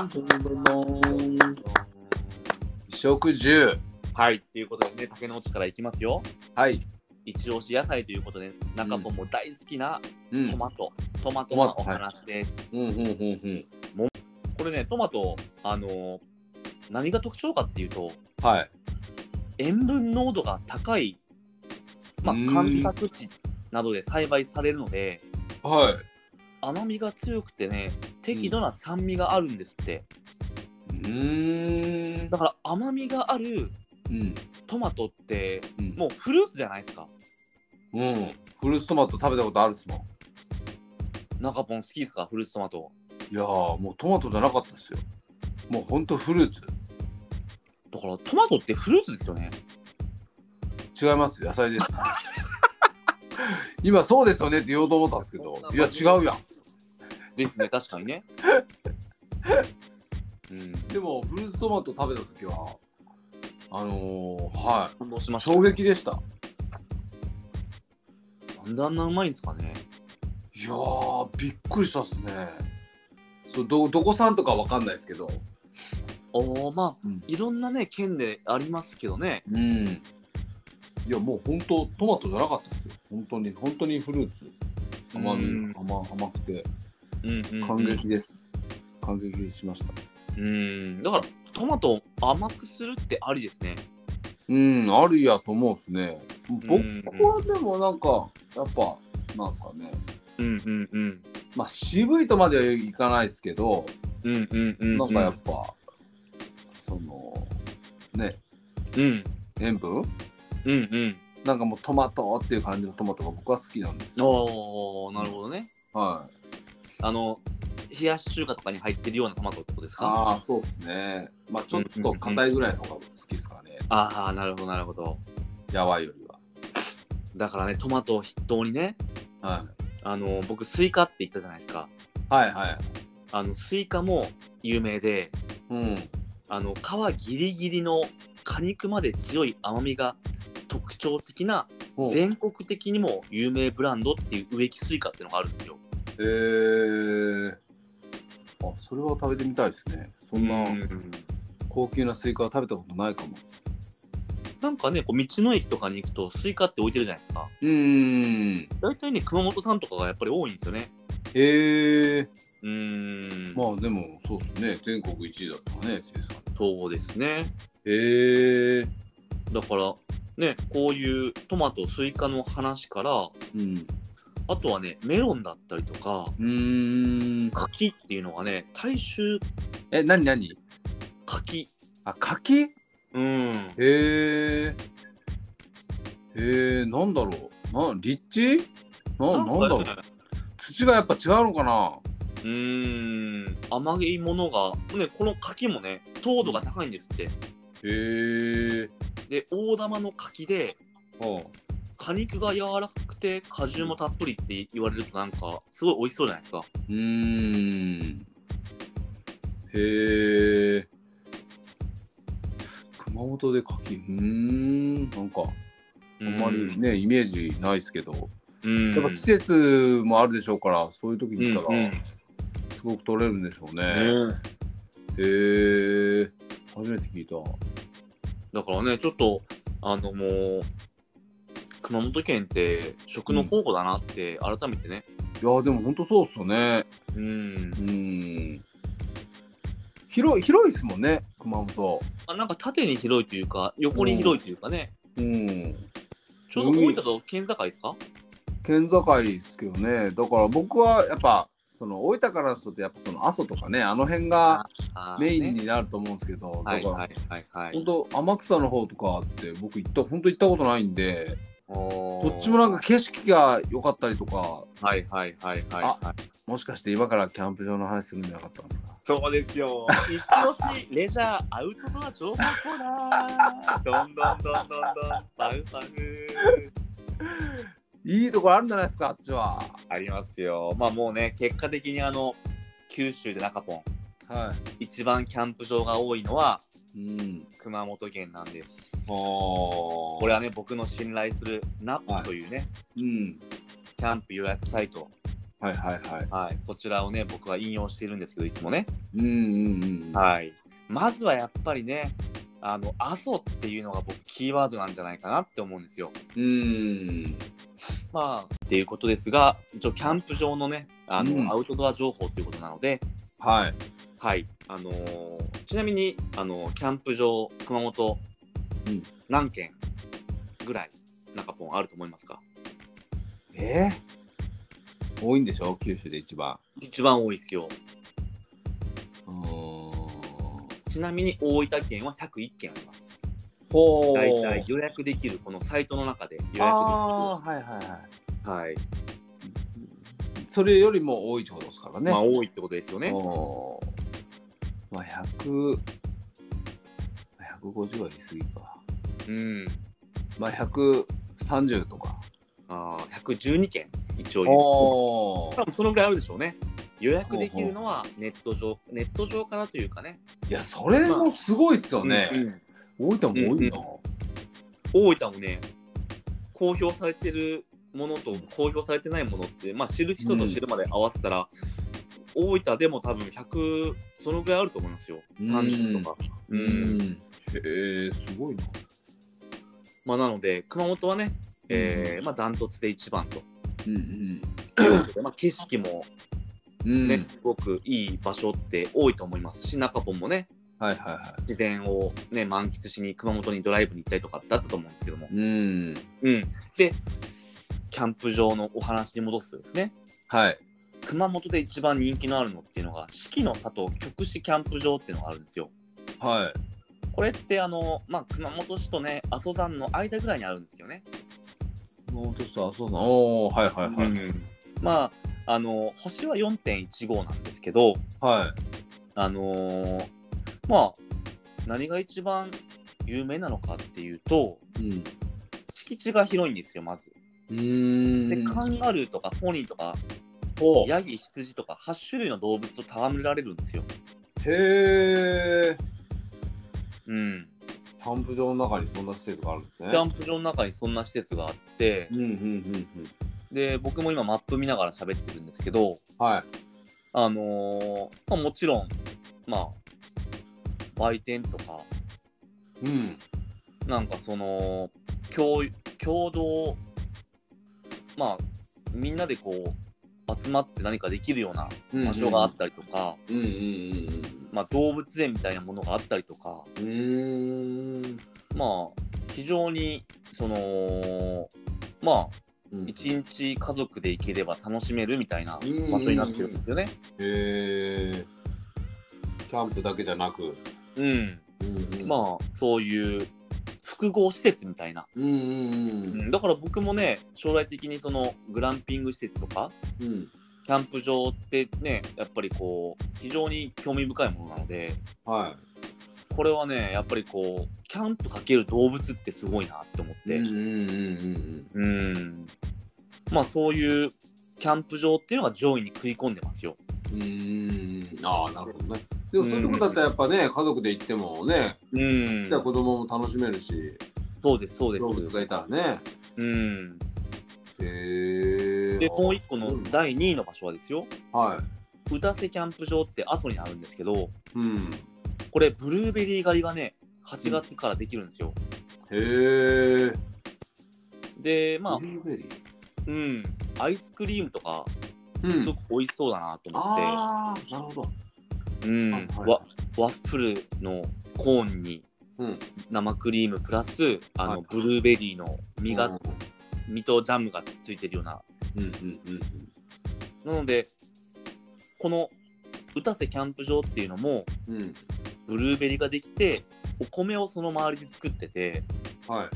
[SPEAKER 2] 食住
[SPEAKER 1] はい、ということでね、竹の内からいきますよ。
[SPEAKER 2] はい、
[SPEAKER 1] 一押し野菜ということで、中本も大好きな
[SPEAKER 2] うん、
[SPEAKER 1] トマト、トマト
[SPEAKER 2] トマ
[SPEAKER 1] の
[SPEAKER 2] ト
[SPEAKER 1] お話です。
[SPEAKER 2] うんうんうんうん
[SPEAKER 1] これね、トマト、あのー何が特徴かっていうと、
[SPEAKER 2] はい
[SPEAKER 1] 塩分濃度が高い、まあ
[SPEAKER 2] うー
[SPEAKER 1] 干
[SPEAKER 2] ん、
[SPEAKER 1] 拓地などで栽培されるので、
[SPEAKER 2] はい
[SPEAKER 1] 甘みが強くてね、適度な酸味があるんですって。
[SPEAKER 2] うーん
[SPEAKER 1] だから甘みがある
[SPEAKER 2] うん
[SPEAKER 1] トマトって
[SPEAKER 2] うん
[SPEAKER 1] もうフルーツじゃないですか
[SPEAKER 2] うんフルーツトマト食べたことあるっすもん
[SPEAKER 1] 中ポン好きですかフルーツトマト
[SPEAKER 2] いやーもうトマトじゃなかったですよもうほんとフルーツ
[SPEAKER 1] だからトマトってフルーツですよね
[SPEAKER 2] 違います野 菜です今そうですよねって言おうと思ったんですけどいや違うやん
[SPEAKER 1] ですね確かに ねうん
[SPEAKER 2] でもフルーツトマト食べた時はあのー、は
[SPEAKER 1] 感動しま
[SPEAKER 2] い
[SPEAKER 1] した
[SPEAKER 2] 衝撃でした
[SPEAKER 1] なんであんなうまいんですかね
[SPEAKER 2] いやーびっくりしたっすねそうどどこさんとかわかんないですけど
[SPEAKER 1] おーまあ
[SPEAKER 2] うん、
[SPEAKER 1] いろんなね県でありますけどね
[SPEAKER 2] いやもう本当トマトじゃなかったですよ本当に本当にフルーツ甘み
[SPEAKER 1] うん
[SPEAKER 2] 甘甘くて
[SPEAKER 1] うんうん、うん、
[SPEAKER 2] 感激です、感激しました
[SPEAKER 1] うんだからトマトを甘くするってありですね
[SPEAKER 2] うん、あるやと思うっすね。僕
[SPEAKER 1] うん
[SPEAKER 2] はでもなんか、やっぱ、なんすかね。
[SPEAKER 1] うんうんうん
[SPEAKER 2] まあ、渋いとまではいかないですけど、
[SPEAKER 1] うんうんうん
[SPEAKER 2] なんかやっぱ、その、ね、
[SPEAKER 1] うん
[SPEAKER 2] 塩分
[SPEAKER 1] うんうん
[SPEAKER 2] なんかもうトマトっていう感じのトマトが僕は好きなんですよ。
[SPEAKER 1] おーなるほどね
[SPEAKER 2] はい。
[SPEAKER 1] あの冷やし中華とかに入ってるようなトマトってことですか
[SPEAKER 2] ああ、そうですね。まあ、ちょっと硬いぐらいの方が好きですかね。
[SPEAKER 1] ああなるほどなるほど
[SPEAKER 2] やばいより
[SPEAKER 1] だからねトマトを筆頭にね
[SPEAKER 2] は。はい。
[SPEAKER 1] あの僕スイカって言ったじゃないですか
[SPEAKER 2] はいはい。
[SPEAKER 1] あのスイカも有名で
[SPEAKER 2] うん。
[SPEAKER 1] あの皮ギリギリの果肉まで強い甘みが特徴的な
[SPEAKER 2] ほうえ
[SPEAKER 1] 全国的にも有名ブランドっていう植木スイカっていうのがあるんですよ
[SPEAKER 2] ー。あ、それは食べてみたいですね。そんな。高級なスイカは食べたことないかも。
[SPEAKER 1] なんかねこう道の駅とかに行くとスイカって置いてるじゃないですか
[SPEAKER 2] うーん。
[SPEAKER 1] 大体ね熊本さんとかがやっぱり多いんですよね
[SPEAKER 2] ええ
[SPEAKER 1] うーん
[SPEAKER 2] まあでもそうですね。全国1位だったらね、生産。
[SPEAKER 1] そうですね
[SPEAKER 2] ええ
[SPEAKER 1] だからねこういうトマトスイカの話から
[SPEAKER 2] うん。
[SPEAKER 1] あとはね、メロンだったりとか、
[SPEAKER 2] うーん。
[SPEAKER 1] 柿っていうのがね、大衆
[SPEAKER 2] え、なになに
[SPEAKER 1] 柿。
[SPEAKER 2] あ、柿へ
[SPEAKER 1] うん。
[SPEAKER 2] え。へえ、なんだろう。な、立地な、なんだろう。
[SPEAKER 1] かね
[SPEAKER 2] 土がやっぱ違うのかな
[SPEAKER 1] うーん。甘いものが、ね、この柿もね、糖度が高いんですって。
[SPEAKER 2] へえ。
[SPEAKER 1] で、大玉の柿で、
[SPEAKER 2] あ
[SPEAKER 1] 果肉が柔らかくて果汁もたっぷりって言われるとなんかすごい美味しそうじゃないですか
[SPEAKER 2] うーん。へえ。熊本で牡蠣。うーん。なんか、あんまりね、イメージないですけど、
[SPEAKER 1] うん
[SPEAKER 2] やっぱ季節もあるでしょうから、そういう時に行った
[SPEAKER 1] うんう
[SPEAKER 2] ら
[SPEAKER 1] ん、
[SPEAKER 2] すごく取れるんでしょうね。
[SPEAKER 1] ね
[SPEAKER 2] へえ。初めて聞いた。
[SPEAKER 1] だからねちょっとあのもう熊本県って食の宝庫だなって改めてね
[SPEAKER 2] いや、でも本当そうっすよね。
[SPEAKER 1] うん
[SPEAKER 2] う、ーん。広い、広いですもんね、熊本。
[SPEAKER 1] あなんか縦に広いというか横に広いというかね、
[SPEAKER 2] うん。
[SPEAKER 1] ちょうど大分と県境ですか
[SPEAKER 2] 県境ですけどねだから僕はやっぱその大分からの人ってやっぱその阿蘇とかねあの辺が
[SPEAKER 1] あー
[SPEAKER 2] メイン
[SPEAKER 1] ね
[SPEAKER 2] になると思うんですけど、
[SPEAKER 1] はい
[SPEAKER 2] だから、
[SPEAKER 1] はいはいはい
[SPEAKER 2] 本当天草の方とかって僕行った本当行ったことないんでど
[SPEAKER 1] ど
[SPEAKER 2] っちもなんか景色が良かったりとか
[SPEAKER 1] はいはいはいはいはい
[SPEAKER 2] もしかして今からキャンプ場の話するんじゃなかったんですか
[SPEAKER 1] そうですよ。一押しレジャーアウトドア情報コーナー。どんどんどんどんどん。パウパウ。
[SPEAKER 2] いいところあるんじゃないですかあっちは
[SPEAKER 1] ありますよ。まあもうね、結果的にあの、九州で中ポン、
[SPEAKER 2] は
[SPEAKER 1] 一番キャンプ場が多いのは
[SPEAKER 2] いうん
[SPEAKER 1] 熊本県なんです。
[SPEAKER 2] こ
[SPEAKER 1] これはね、僕の信頼するナップというね、
[SPEAKER 2] うん
[SPEAKER 1] キャンプ予約サイト。
[SPEAKER 2] はいはいはい
[SPEAKER 1] はい。こちらをね、僕は引用しているんですけど、いつもね。
[SPEAKER 2] うんうんうん
[SPEAKER 1] はい。まずはやっぱりね、あの、阿蘇っていうのが僕、キーワードなんじゃないかなって思うんですよ。
[SPEAKER 2] うん
[SPEAKER 1] まあ、っていうことですが、一応、キャンプ場のね、あの、
[SPEAKER 2] うん
[SPEAKER 1] アウトドア情報ということなので、
[SPEAKER 2] はい
[SPEAKER 1] はい、あのーちなみに、あのーキャンプ場、熊本、
[SPEAKER 2] うん
[SPEAKER 1] 何軒ぐらい、中ポンあると思いますか
[SPEAKER 2] えー、多いんでしょ九州で一番。
[SPEAKER 1] 一番多いですよ。
[SPEAKER 2] うーん。
[SPEAKER 1] ちなみに、大分県は101軒あります。
[SPEAKER 2] ほ
[SPEAKER 1] 大体予約できる、このサイトの中で予約できる。
[SPEAKER 2] ああー、はいはいは
[SPEAKER 1] はい。
[SPEAKER 2] い。それよりも多いってことですからね。
[SPEAKER 1] まあ、多いってことですよね。
[SPEAKER 2] おーまあ、100、150は言い過ぎか。
[SPEAKER 1] うん。
[SPEAKER 2] まあ、130とか。
[SPEAKER 1] ああ、112件、一応言うと。
[SPEAKER 2] お
[SPEAKER 1] 多
[SPEAKER 2] ー
[SPEAKER 1] 分そのぐらいあるでしょうね。予約できるのはネット上、ネット上からというかね。
[SPEAKER 2] いや、それもすごいっすよね。
[SPEAKER 1] うんうん
[SPEAKER 2] 大分も多いな。
[SPEAKER 1] 大分もね、公表されてるものと公表されてないものって、まあ、知る人と知るまで合わせたら、大分でも多分100、そのぐらいあると思いますよ。30とか。うん
[SPEAKER 2] うん。へえ、すごいな。
[SPEAKER 1] まあ、なので、熊本はね、えーまあ、ダントツで一番 と。
[SPEAKER 2] うんうん。
[SPEAKER 1] まあ、景色も
[SPEAKER 2] うん。
[SPEAKER 1] ね、すごくいい場所って多いと思いますし、中本もね、
[SPEAKER 2] はいはいは
[SPEAKER 1] 自然を、ね、満喫しに熊本にドライブに行ったりとかだったと思うんですけども
[SPEAKER 2] い。。うん。
[SPEAKER 1] うん、でキャンプ場のお話に戻すとですね
[SPEAKER 2] はい。
[SPEAKER 1] 熊本で一番人気のあるのっていうのが四季の里極紫キャンプ場っていうのがあるんですよ。
[SPEAKER 2] はい。
[SPEAKER 1] これってあの、まあ、熊本市とね阿蘇山の間ぐらいにあるんですけどね。
[SPEAKER 2] 熊本市と阿蘇山。おお、はいはいはい。
[SPEAKER 1] うんまああの星は4.15なんですけど
[SPEAKER 2] は
[SPEAKER 1] あのーまあ何が一番有名なのかっていうと
[SPEAKER 2] い。うん。
[SPEAKER 1] 敷地が広いんですよまず。
[SPEAKER 2] うー
[SPEAKER 1] で
[SPEAKER 2] ん。
[SPEAKER 1] カンガルーとかポニーとか
[SPEAKER 2] ほう。へ
[SPEAKER 1] ヤギ、羊とか8種類の動物と戯れられるんですよ。
[SPEAKER 2] え。
[SPEAKER 1] うん。
[SPEAKER 2] キャンプ場の中にそんな施設があるんですね。
[SPEAKER 1] キャンプ場の中にそんな施設があって
[SPEAKER 2] う、んうんうんうん。
[SPEAKER 1] で、僕も今マップ見ながら喋ってるんですけど、
[SPEAKER 2] はい。
[SPEAKER 1] あのーまあ、もちろん、まあ、売店とか、
[SPEAKER 2] うん。
[SPEAKER 1] なんかその、共共同、まあ、みんなでこう、集まって何かできるような場所があったりとか、
[SPEAKER 2] うんうんうん
[SPEAKER 1] まあ、動物園みたいなものがあったりとか、
[SPEAKER 2] うん。うーん。
[SPEAKER 1] まあ非常にそのまあ
[SPEAKER 2] うん
[SPEAKER 1] 一日家族で行ければ楽しめるみたいな
[SPEAKER 2] うん
[SPEAKER 1] 場所になってるんですよね。
[SPEAKER 2] えキャンプだけじゃなく、
[SPEAKER 1] うん、
[SPEAKER 2] うんあ、
[SPEAKER 1] まあそういう複合施設みたいな、
[SPEAKER 2] うんうんうん
[SPEAKER 1] だから僕もね将来的にそのグランピング施設とか
[SPEAKER 2] うん、
[SPEAKER 1] キャンプ場ってねやっぱりこう非常に興味深いものなので
[SPEAKER 2] は
[SPEAKER 1] これはねやっぱりこうキャンプかける動物ってすごいなって思っ
[SPEAKER 2] い。
[SPEAKER 1] て、
[SPEAKER 2] う
[SPEAKER 1] うんん
[SPEAKER 2] うんうん
[SPEAKER 1] まあそういうキャンプ場っていうのが上位に食い込んでますよ。
[SPEAKER 2] うんうんうん。ああ、なるほどね。でもそういうとこだったらやっぱね、家族で行ってもね、
[SPEAKER 1] うん
[SPEAKER 2] じゃ、子供も楽しめるし、
[SPEAKER 1] そうですそうで
[SPEAKER 2] 動物
[SPEAKER 1] す。
[SPEAKER 2] がいたらね。
[SPEAKER 1] うん、
[SPEAKER 2] へえ。
[SPEAKER 1] でもう一個の
[SPEAKER 2] うん
[SPEAKER 1] 第2位の場所はですよ
[SPEAKER 2] は
[SPEAKER 1] 宇多瀬キャンプ場って阿蘇にあるんですけど
[SPEAKER 2] い。うん。
[SPEAKER 1] これブルーベリー狩りがね8月からできるんですよ。
[SPEAKER 2] へえ。
[SPEAKER 1] でまあ
[SPEAKER 2] ブルーベリー。
[SPEAKER 1] うんアイスクリームとか
[SPEAKER 2] う
[SPEAKER 1] すごく美味しそうだなと思って。
[SPEAKER 2] ああ、なるほど。
[SPEAKER 1] うん
[SPEAKER 2] はいはい
[SPEAKER 1] わワッフルのコーンに
[SPEAKER 2] うん
[SPEAKER 1] 生クリームプラスあの、
[SPEAKER 2] はい
[SPEAKER 1] ブルーベリーの実が、
[SPEAKER 2] うん
[SPEAKER 1] 実とジャムがついてるような
[SPEAKER 2] うんうんうん
[SPEAKER 1] なのでこの打たせキャンプ場っていうのも
[SPEAKER 2] うん。うん。
[SPEAKER 1] ブルーベリーができてお米をその周りで作ってて
[SPEAKER 2] はい。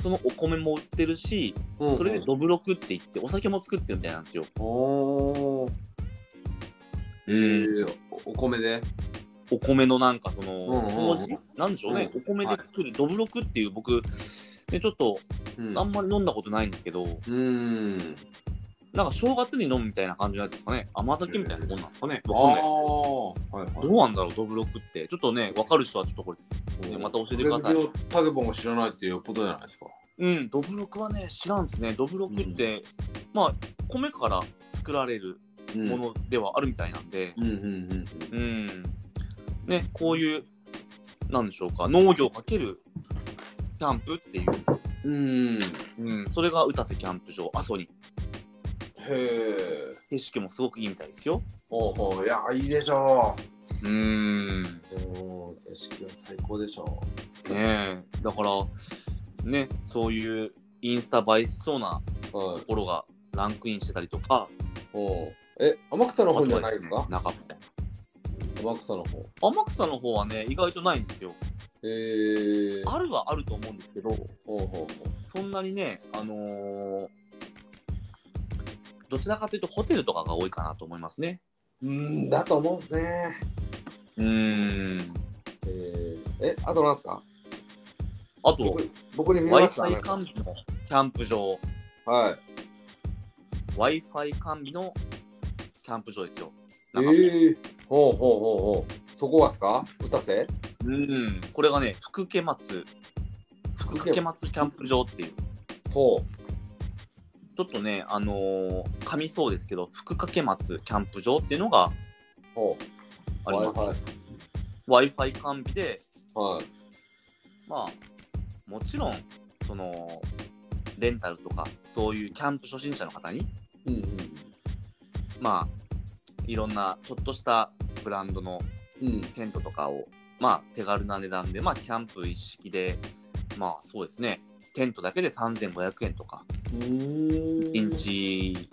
[SPEAKER 1] そのお米も売ってるし
[SPEAKER 2] うんうん
[SPEAKER 1] それでドブロクって言ってお酒も作ってるみたいなんですよ
[SPEAKER 2] おお。えー、おお米で。
[SPEAKER 1] お米のなんかそ
[SPEAKER 2] うんうんう
[SPEAKER 1] の
[SPEAKER 2] ん
[SPEAKER 1] 麹、なんでしょうね、
[SPEAKER 2] うん
[SPEAKER 1] お米で作るドブロクっていう僕、ね、ちょっと
[SPEAKER 2] うん
[SPEAKER 1] あんまり飲んだことないんですけど、
[SPEAKER 2] うーん。
[SPEAKER 1] なんか正月に飲むみたいな感じなんですかね甘酒みたいなもんなんですかね
[SPEAKER 2] あ
[SPEAKER 1] わかんないです
[SPEAKER 2] あ。はい
[SPEAKER 1] どうなんだろうドブロックってちょっとね分かる人はちょっとこれねまた教えてください
[SPEAKER 2] それをタケポンを知らないっていうことじゃないですか。
[SPEAKER 1] うんドブロックはね知らんですねドブロックって、まあ米から作られる
[SPEAKER 2] うん
[SPEAKER 1] ものではあるみたいなんで
[SPEAKER 2] うんうんうん
[SPEAKER 1] うん、ねこういうなんでしょうか農業かけるキャンプっていう、
[SPEAKER 2] うん。うん。へ
[SPEAKER 1] うん、それが宇多瀬キャンプ場阿蘇に
[SPEAKER 2] え。
[SPEAKER 1] 景色もすごくいいみたいですよ
[SPEAKER 2] ほうほう。いや、いいでしょ
[SPEAKER 1] うん
[SPEAKER 2] う。うん。景色は最高でしょ
[SPEAKER 1] ねえだからねそういうインスタ映えしそうな
[SPEAKER 2] う。はい
[SPEAKER 1] と。ころがランクインしてたりとか
[SPEAKER 2] おえ、天草の方じゃないです
[SPEAKER 1] あ
[SPEAKER 2] か
[SPEAKER 1] とはね
[SPEAKER 2] 天草の方。
[SPEAKER 1] 中も天草の方はね意外とないんですよ
[SPEAKER 2] えー。
[SPEAKER 1] あるはあると思うんですけど
[SPEAKER 2] ほうほ
[SPEAKER 1] そんなにねあのーどちらかというとホテルとかが多いかなと思いますね
[SPEAKER 2] う。うん、だと思うんですね。
[SPEAKER 1] うん
[SPEAKER 2] えー、え、あとなんですか
[SPEAKER 1] あと
[SPEAKER 2] 僕僕に見
[SPEAKER 1] w i
[SPEAKER 2] ま
[SPEAKER 1] f
[SPEAKER 2] した
[SPEAKER 1] i
[SPEAKER 2] ね
[SPEAKER 1] 完。備のキャンプ場
[SPEAKER 2] はい。
[SPEAKER 1] w i f i 完備のキャンプ場ですよ
[SPEAKER 2] え
[SPEAKER 1] 中
[SPEAKER 2] え
[SPEAKER 1] も
[SPEAKER 2] ー。ほうほうほうほう。そこはですか打たせ
[SPEAKER 1] うん、これがね、福家松、福家松キャンプ場っていう、
[SPEAKER 2] ほ
[SPEAKER 1] ちょっとね、あのー、噛みそうですけど、福家松キャンプ場っていうのが
[SPEAKER 2] う。ほう。
[SPEAKER 1] あります。
[SPEAKER 2] はい
[SPEAKER 1] Wi-Fi 完備で、
[SPEAKER 2] はい。
[SPEAKER 1] まあ、もちろん、その、レンタルとか、そういうキャンプ初心者の方に、
[SPEAKER 2] うん
[SPEAKER 1] まあ、いろんなちょっとしたブランドの
[SPEAKER 2] うん。うん。
[SPEAKER 1] テントとかを、まあ、手軽な値段で、まあ、キャンプ一式で、まあ、そうですね、テントだけで3500円とか、
[SPEAKER 2] うー
[SPEAKER 1] 1
[SPEAKER 2] ん。
[SPEAKER 1] 日、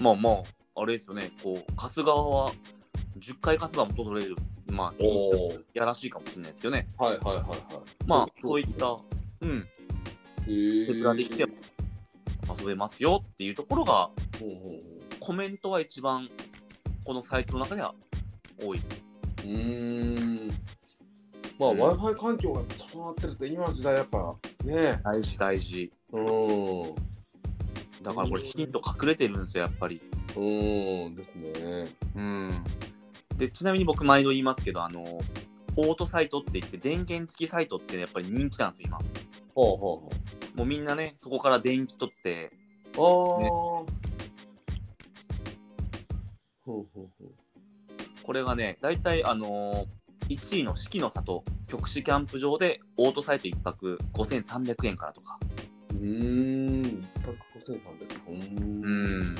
[SPEAKER 1] まあまあ、あれですよね、こう、春日は10回春日も取れる、まあ、
[SPEAKER 2] おお。
[SPEAKER 1] やらしいかもしれないですけどね、
[SPEAKER 2] はいはいはいはい。
[SPEAKER 1] まあ、そういった、うん、
[SPEAKER 2] えー
[SPEAKER 1] 手ぶらで来ても遊べますよっていうところが、
[SPEAKER 2] ほうほうほ
[SPEAKER 1] コメントは一番、このサイトの中では多い。
[SPEAKER 2] う。うーん。まあ、
[SPEAKER 1] うん
[SPEAKER 2] Wi-Fi 環境が整ってると、今の時代やっぱ、ね
[SPEAKER 1] 大事、大事。
[SPEAKER 2] え。うん。
[SPEAKER 1] だからこれ、ヒント隠れてるんですよ、やっぱり。
[SPEAKER 2] うんですね。
[SPEAKER 1] うん。で、ちなみに僕、毎度言いますけど、あの、オートサイトって言って、電源付きサイトってやっぱり人気なんですよ、今。
[SPEAKER 2] ほうほ
[SPEAKER 1] もうみんなね、そこから電気取って、
[SPEAKER 2] うほう。ああ。ほうほうほう。
[SPEAKER 1] これがね、大体、あのー、1位の四季の里、極地キャンプ場で、オートサイト1泊5300円からとか。
[SPEAKER 2] うーん、1泊5300円。
[SPEAKER 1] う
[SPEAKER 2] うん。
[SPEAKER 1] ん。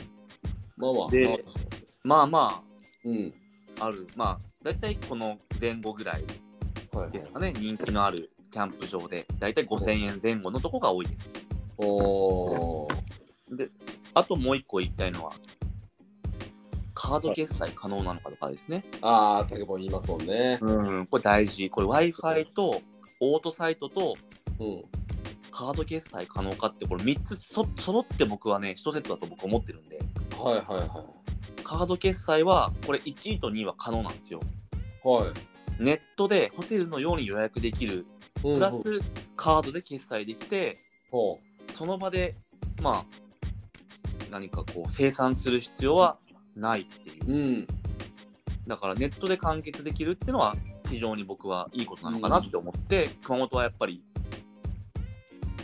[SPEAKER 2] まあまあ。
[SPEAKER 1] でまあま
[SPEAKER 2] うん。
[SPEAKER 1] あ、ある。まあ、大体この前後ぐらい
[SPEAKER 2] はい、
[SPEAKER 1] ですかね、人気のあるキャンプ場で、大体5000円前後のとこが多いです。
[SPEAKER 2] おー。
[SPEAKER 1] で、あともう一個言いたいのは、カード決済可能なのかとかですね。
[SPEAKER 2] ああ、先ほど言いますもんね。
[SPEAKER 1] うん、これ大事。これ Wi-Fi とオートサイトと
[SPEAKER 2] うん。
[SPEAKER 1] カード決済可能かって、これ3つそ揃って僕はね、1セットだと僕思ってるんで、
[SPEAKER 2] はいはいは
[SPEAKER 1] カード決済は、これ1位と2位は可能なんですよ。
[SPEAKER 2] い。はい。
[SPEAKER 1] ネットでホテルのように予約できる、プ
[SPEAKER 2] プ
[SPEAKER 1] ラスカードで決済できて、
[SPEAKER 2] ほ
[SPEAKER 1] その場で、まあ、何かこう、生産する必要はないっていう
[SPEAKER 2] う。。うん。
[SPEAKER 1] だからネットで完結できるっていうのは非常に僕はいいことなのかなって思って、熊本はやっぱり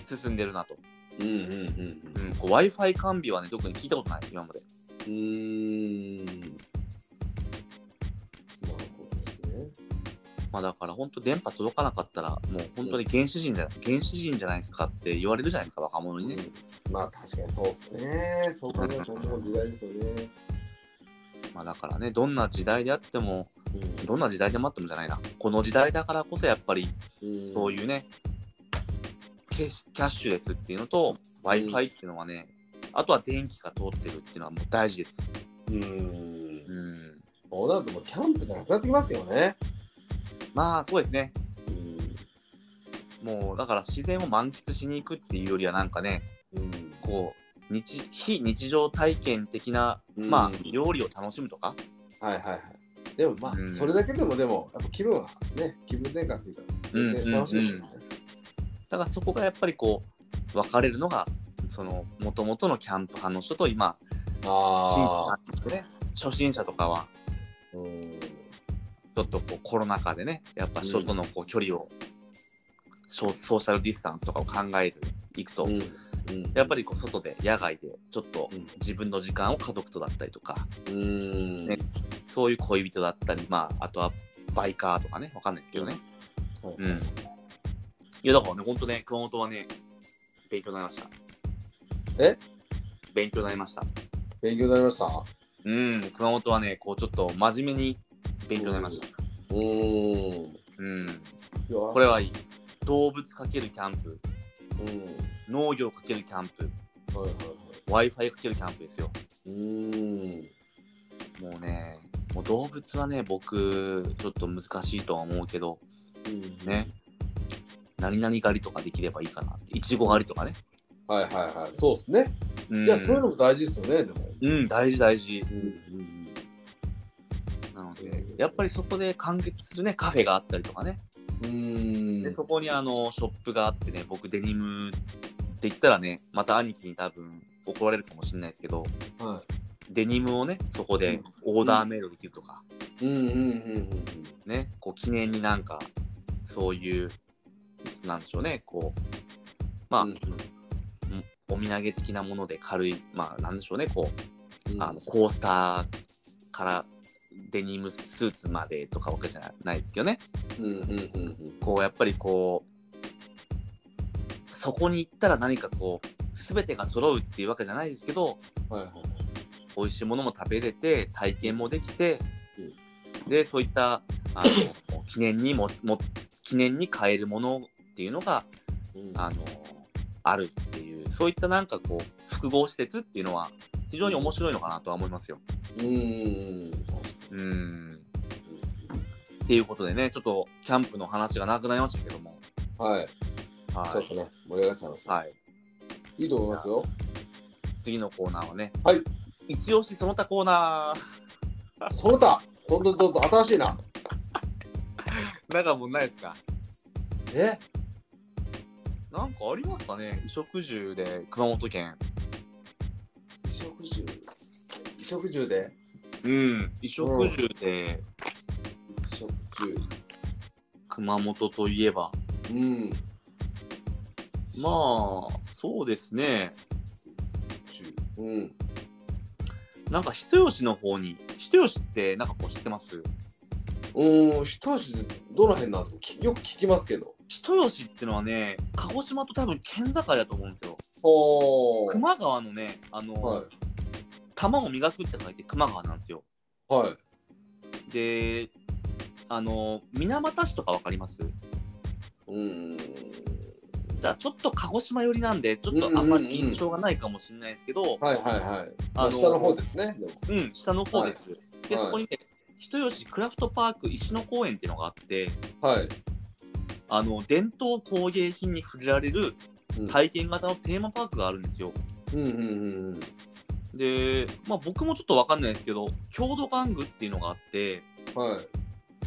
[SPEAKER 1] 進んでるなと、
[SPEAKER 2] うんうんうん
[SPEAKER 1] うん、w i f i 完備はね特に聞いたことない今まで
[SPEAKER 2] うん。うーん。なるほどね。
[SPEAKER 1] まあだから本当電波届かなかったらもう本当に原始人じゃ原始人じゃないですかって言われるじゃないですか若者にね、
[SPEAKER 2] うん、まあ確かにそうですね。そう考えるともう時代ですよね。
[SPEAKER 1] まあだからねどんな時代であっても
[SPEAKER 2] うん
[SPEAKER 1] どんな時代でもあってもじゃないなこの時代だからこそやっぱり
[SPEAKER 2] うん
[SPEAKER 1] そういうね、キャッシュキャッシュレスっていうのと w i f i っていうのはね、あとは電気が通ってるっていうのはもう大事です。
[SPEAKER 2] うん。
[SPEAKER 1] うん、
[SPEAKER 2] そうなるともうキャンプじゃなくなってきますけどね。
[SPEAKER 1] まあそうですね、
[SPEAKER 2] うん。
[SPEAKER 1] もうだから自然を満喫しに行くっていうよりはなんかね、
[SPEAKER 2] うん。
[SPEAKER 1] こう日非日常体験的な、
[SPEAKER 2] うん
[SPEAKER 1] まあ料理を楽しむとか、
[SPEAKER 2] はいはいはい。でもまあ、
[SPEAKER 1] うん
[SPEAKER 2] それだけでもでも、やっぱ気分はね、気分転換っていうか、
[SPEAKER 1] うん
[SPEAKER 2] 全然楽しいですよね。
[SPEAKER 1] だからそこがやっぱりこう分かれるのが、その元々のキャンプ派の人と今、新規
[SPEAKER 2] ああ
[SPEAKER 1] な。ね、初心者とかは
[SPEAKER 2] うん。
[SPEAKER 1] ちょっとこうコロナ禍でね、やっぱ人とのこう距離を、ソーソーシャルディスタンスとかを考えていくと、
[SPEAKER 2] うん。
[SPEAKER 1] やっぱりこう外で、野外で、ちょっと
[SPEAKER 2] うん
[SPEAKER 1] 自分の時間を家族とだったりとか、
[SPEAKER 2] うん。
[SPEAKER 1] ねそういう恋人だったり、まあ、あとはバイカーとかね、わかんないですけどね。
[SPEAKER 2] はい
[SPEAKER 1] うん。いや、だからね、ほんとね、熊本はね、勉強になりました。
[SPEAKER 2] え
[SPEAKER 1] 勉強になりました。
[SPEAKER 2] 勉強になりましたう
[SPEAKER 1] うん、熊本はね、こう、ちょっと真面目に勉強になりました。
[SPEAKER 2] ーん。
[SPEAKER 1] うん。
[SPEAKER 2] こ
[SPEAKER 1] これはいい。動物×キャンプ、
[SPEAKER 2] うん。はい
[SPEAKER 1] 農業×キャンプ、
[SPEAKER 2] はいはい。
[SPEAKER 1] Wi-Fi× キャンプですよ。
[SPEAKER 2] うーん。
[SPEAKER 1] もうね、もう動物はね、僕、ちょっと難しいとは思うけど、ね。何々狩りとかできればいいかなって。いちご狩りとかね。
[SPEAKER 2] はいはいはい。そうですね。
[SPEAKER 1] うん
[SPEAKER 2] いや、そういうのも大事ですよね、でも。
[SPEAKER 1] うん、大事大事。
[SPEAKER 2] うんうん
[SPEAKER 1] なので、やっぱりそこで完結するね、カフェがあったりとかね。
[SPEAKER 2] うん。うー
[SPEAKER 1] で、
[SPEAKER 2] ん。
[SPEAKER 1] そこにあの、ショップがあってね、僕デニムって言ったらね、また兄貴に多分怒られるかもしれないですけど、
[SPEAKER 2] は
[SPEAKER 1] デニムをね、そこでオーダーメイドできるとか、
[SPEAKER 2] い。うんうんうんうん
[SPEAKER 1] ね、こう記念になんか、そういう、なんでしょうね、こう、まあ、
[SPEAKER 2] うん
[SPEAKER 1] お土産的なもので軽い、まあ、なんでしょうね、こう、
[SPEAKER 2] うん。
[SPEAKER 1] あのコースターからデニムスーツまでとかわけじゃないですけどね
[SPEAKER 2] うんうんうん
[SPEAKER 1] こうやっぱりこうそこに行ったら何かこう全てが揃うっていうわけじゃないですけど
[SPEAKER 2] うん。はいはい。
[SPEAKER 1] 美味しいものも食べれて体験もできて
[SPEAKER 2] うん
[SPEAKER 1] でそういったあの記念にもも記念に買えるものっていうのが
[SPEAKER 2] うん
[SPEAKER 1] あのあるっていうそういったなんかこう複合施設っていうのは非常に面白いのかなとは思いますよ。
[SPEAKER 2] うんうんうん。確か
[SPEAKER 1] うん
[SPEAKER 2] に
[SPEAKER 1] っていうことでね、ちょっとキャンプの話がなくなりましたけども、
[SPEAKER 2] はい。ちょ
[SPEAKER 1] は
[SPEAKER 2] っとね、盛り上がっちゃいまし
[SPEAKER 1] い。
[SPEAKER 2] た。
[SPEAKER 1] はい、
[SPEAKER 2] いいと思いますよ。
[SPEAKER 1] 次のコーナーはね、
[SPEAKER 2] はい。
[SPEAKER 1] 一押しその他コー ナ
[SPEAKER 2] その他、どんどんどんどん新しいな。
[SPEAKER 1] ー、なんかもうないですか
[SPEAKER 2] え
[SPEAKER 1] なんかありますかね衣食住で熊本県。
[SPEAKER 2] 衣食住。衣食住で
[SPEAKER 1] うん。衣食住で
[SPEAKER 2] 衣食住。
[SPEAKER 1] 熊本といえば、
[SPEAKER 2] うん。
[SPEAKER 1] まあ、そうですね。
[SPEAKER 2] うん。
[SPEAKER 1] なんか人吉の方に、人吉ってなんかこう知ってます
[SPEAKER 2] うん、一足でどの辺なんですかきよく聞きますけど。
[SPEAKER 1] 人吉ってのはね、鹿児島と多分県境だと思うんですよ。
[SPEAKER 2] ほー。
[SPEAKER 1] 熊川のね、あの、
[SPEAKER 2] はい。
[SPEAKER 1] 玉を磨くって書いて熊川なんですよ。
[SPEAKER 2] はい。
[SPEAKER 1] で、あの、水俣市とかわかります
[SPEAKER 2] うん。
[SPEAKER 1] じゃあちょっと鹿児島寄りなんで、ちょっとあんまり印象がないかもしれないですけど、
[SPEAKER 2] はいはいはい。
[SPEAKER 1] あの
[SPEAKER 2] 下の方ですね。でも
[SPEAKER 1] うん、下の方です。で、
[SPEAKER 2] はい
[SPEAKER 1] そこにね、人吉クラフトパーク石野公園っていうのがあって、
[SPEAKER 2] はい。
[SPEAKER 1] あの伝統工芸品に触れられる
[SPEAKER 2] うん
[SPEAKER 1] 体験型のテーマパークがあるんですよ。
[SPEAKER 2] うんうんうんうん。
[SPEAKER 1] で、まあ、僕もちょっとわかんないですけど郷土玩具っていうのがあって
[SPEAKER 2] はい。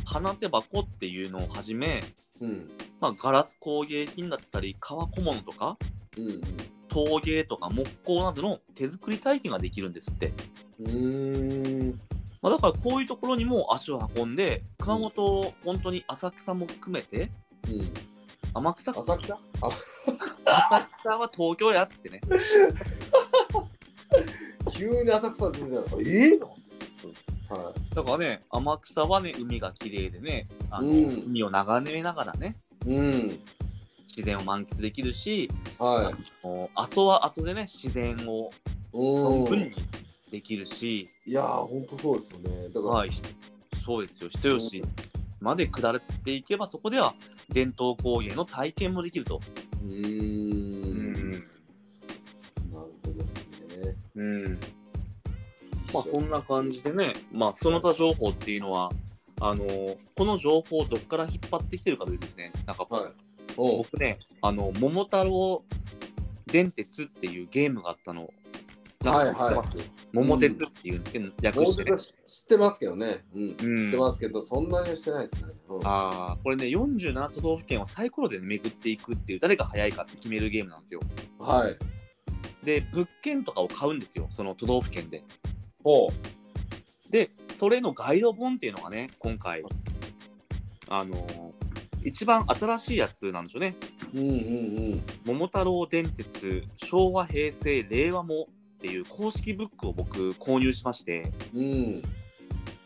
[SPEAKER 1] 花手箱っていうのをはじめ、
[SPEAKER 2] うん。
[SPEAKER 1] まあ、ガラス工芸品だったり革小物とか
[SPEAKER 2] うん
[SPEAKER 1] 陶芸とか木工などの手作り体験ができるんですって、
[SPEAKER 2] うん。うーん。
[SPEAKER 1] まあ、だからこういうところにも足を運んで熊本本当に浅草も含めて
[SPEAKER 2] うん。
[SPEAKER 1] 天草か
[SPEAKER 2] 浅草あ
[SPEAKER 1] 浅草は東京やってね
[SPEAKER 2] 急に浅草出てたの。ええは
[SPEAKER 1] だからね天草はね海が綺麗でねあの、
[SPEAKER 2] うん
[SPEAKER 1] 海を眺めながらね
[SPEAKER 2] い。うん。
[SPEAKER 1] 自然を満喫できるし
[SPEAKER 2] はい。
[SPEAKER 1] もう阿蘇は阿蘇でね自然を存
[SPEAKER 2] う
[SPEAKER 1] 分
[SPEAKER 2] ん
[SPEAKER 1] に。できるし、
[SPEAKER 2] いやー、ほんとそうですよね。だから、
[SPEAKER 1] はい、しそうですよ人吉まで下っていけばそこでは伝統工芸の体験もできると。
[SPEAKER 2] うーん。
[SPEAKER 1] うん
[SPEAKER 2] なるほどですね。
[SPEAKER 1] うんまあ、そんな感じでね、まあ、その他情報っていうのはあのこの情報をどっから引っ張ってきてるかというとですねなんか、
[SPEAKER 2] はい。おう
[SPEAKER 1] 僕ね「あの桃太郎電鉄」っていうゲームがあったの。なんか知ってます桃鉄っていうんですけど、略
[SPEAKER 2] もう
[SPEAKER 1] して
[SPEAKER 2] ち
[SPEAKER 1] ね
[SPEAKER 2] ょっと。知ってますけどね。うん。知っ
[SPEAKER 1] うん
[SPEAKER 2] てますけど、そんなにはしてないですね。うん
[SPEAKER 1] あーこれね47都道府県をサイコロで、ね、巡っていくっていう誰が早いかって決めるゲームなんですよ
[SPEAKER 2] はい。
[SPEAKER 1] で物件とかを買うんですよその都道府県で
[SPEAKER 2] ほ
[SPEAKER 1] でそれのガイド本っていうのがね今回あのー一番新しいやつなんでしょうね
[SPEAKER 2] う。うんうん
[SPEAKER 1] 「桃太郎電鉄昭和平成令和も」っていう公式ブックを僕購入しまして
[SPEAKER 2] うん。うん。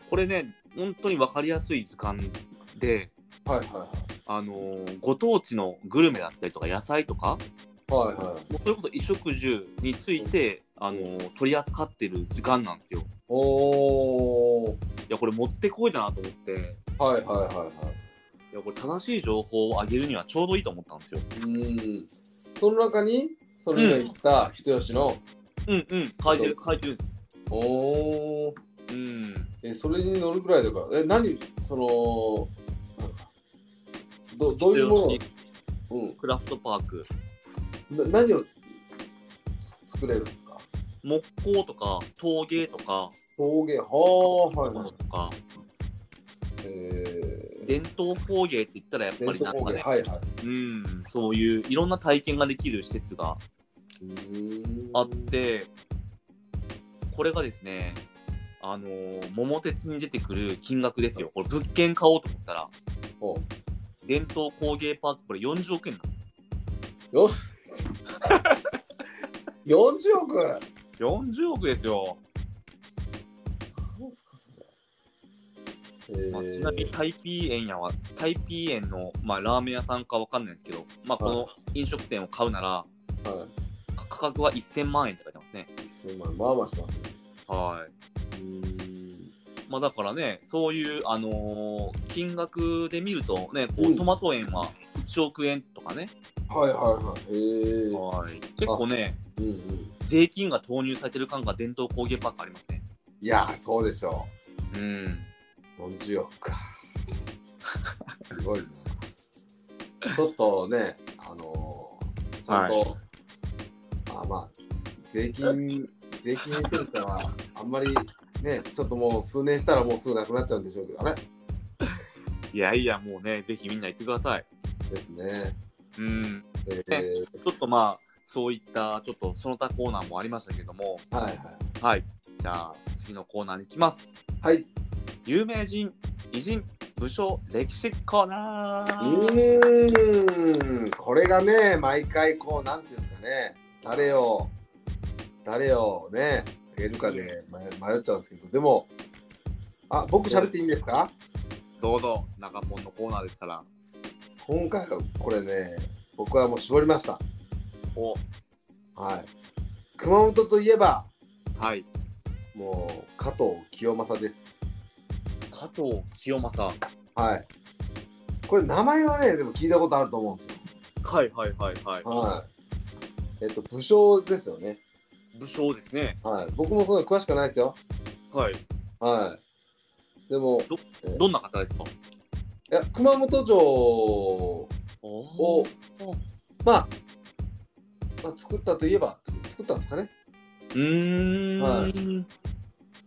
[SPEAKER 1] これね本当に分かりやすい図鑑で
[SPEAKER 2] はいはい
[SPEAKER 1] あのーご当地のグルメだったりとか野菜とか
[SPEAKER 2] はい。はいはい。
[SPEAKER 1] もうそれこそ衣食住について、あの取り扱ってる図鑑なんですよ。い
[SPEAKER 2] おー。
[SPEAKER 1] やこれ持ってこいだなと思ってい
[SPEAKER 2] はいはいはいはい。
[SPEAKER 1] やこれ正しい情報をあげるにはちょうどいいと思ったんですよ。
[SPEAKER 2] うん。その中に、その今言った人吉の、
[SPEAKER 1] うんうん書いてる書いてるんです。
[SPEAKER 2] おー。
[SPEAKER 1] うん
[SPEAKER 2] え、それに乗るぐらいだから、え、何、その、なんですかどどういうものを
[SPEAKER 1] 人吉
[SPEAKER 2] うん
[SPEAKER 1] クラフトパーク
[SPEAKER 2] な何をつ作れるんですか
[SPEAKER 1] 木工とか陶芸とか
[SPEAKER 2] 陶芸はあはい
[SPEAKER 1] も
[SPEAKER 2] は
[SPEAKER 1] の
[SPEAKER 2] い
[SPEAKER 1] とか
[SPEAKER 2] えー、
[SPEAKER 1] 伝統工芸って言ったらやっぱ
[SPEAKER 2] 伝
[SPEAKER 1] りな
[SPEAKER 2] 統
[SPEAKER 1] ん
[SPEAKER 2] 工
[SPEAKER 1] か
[SPEAKER 2] 芸
[SPEAKER 1] ね、
[SPEAKER 2] はいはい
[SPEAKER 1] うんそういういろんな体験ができる施設が
[SPEAKER 2] うーん
[SPEAKER 1] あってこれがですねあのー桃鉄に出てくる金額ですよこれ物件買おうと思ったら
[SPEAKER 2] お
[SPEAKER 1] 伝統工芸パークこれ40億円な
[SPEAKER 2] 40億なん
[SPEAKER 1] の40億ですよ、
[SPEAKER 2] すかそれえ
[SPEAKER 1] まあちなみにタイピー園やはタイピー園の、まあ、ラーメン屋さんかわかんないんですけど、まあ、この飲食店を買うなら
[SPEAKER 2] は
[SPEAKER 1] か価格は1000万円って書いてますね
[SPEAKER 2] い、1000万まあまあしますね
[SPEAKER 1] はいまあだからねそういうあのー金額で見るとねこ
[SPEAKER 2] う
[SPEAKER 1] うんトマト園は1億円とかね、
[SPEAKER 2] はいはいはいへえー
[SPEAKER 1] はい結構ね
[SPEAKER 2] うんうん、
[SPEAKER 1] 税金が投入されてる感が伝統工芸パークありますね。
[SPEAKER 2] いやーそうでしょ
[SPEAKER 1] うん。
[SPEAKER 2] う40億かすごいなちょっとねあのー、ちゃんと、まあまあ税金税金についてはあんまりねちょっともう数年したらもうすぐなくなっちゃうんでしょうけどね
[SPEAKER 1] いやいや、もうね、ぜひみんな行ってください。
[SPEAKER 2] ですね。
[SPEAKER 1] うん。
[SPEAKER 2] えー、
[SPEAKER 1] ちょっとまあ、そういった、ちょっとその他コーナーもありましたけども、
[SPEAKER 2] はい
[SPEAKER 1] はい。じゃあ、次のコーナーに行きます。
[SPEAKER 2] はい。はい。
[SPEAKER 1] 有名人、偉人、武将、歴史コーナ
[SPEAKER 2] う
[SPEAKER 1] ー。
[SPEAKER 2] ーん、これがね、毎回こう、なんていうんですかね、誰を、誰をね、あげるかで迷迷っちゃうんですけど、でも、あ、僕喋っていいんですか
[SPEAKER 1] どうぞ、中ポンのコーナーですから。
[SPEAKER 2] 今回はこれね、僕はもう絞りました。
[SPEAKER 1] お、
[SPEAKER 2] はい。熊本といえば、
[SPEAKER 1] はい。
[SPEAKER 2] もう、加藤清正です。
[SPEAKER 1] 加藤清正。
[SPEAKER 2] はい。これ名前はね、でも聞いたことあると思うんですよ。
[SPEAKER 1] はいはいはいはい。
[SPEAKER 2] はい。えっと、武将ですよね。
[SPEAKER 1] 武将ですね。
[SPEAKER 2] はい。僕もそんな詳しくないですよ。
[SPEAKER 1] はい。
[SPEAKER 2] はい。でも、
[SPEAKER 1] どどんな方ですか
[SPEAKER 2] いや熊本城を、
[SPEAKER 1] お
[SPEAKER 2] まあ、まあ、作ったといえば、つ作ったんですかね。
[SPEAKER 1] うーん。
[SPEAKER 2] は
[SPEAKER 1] はい。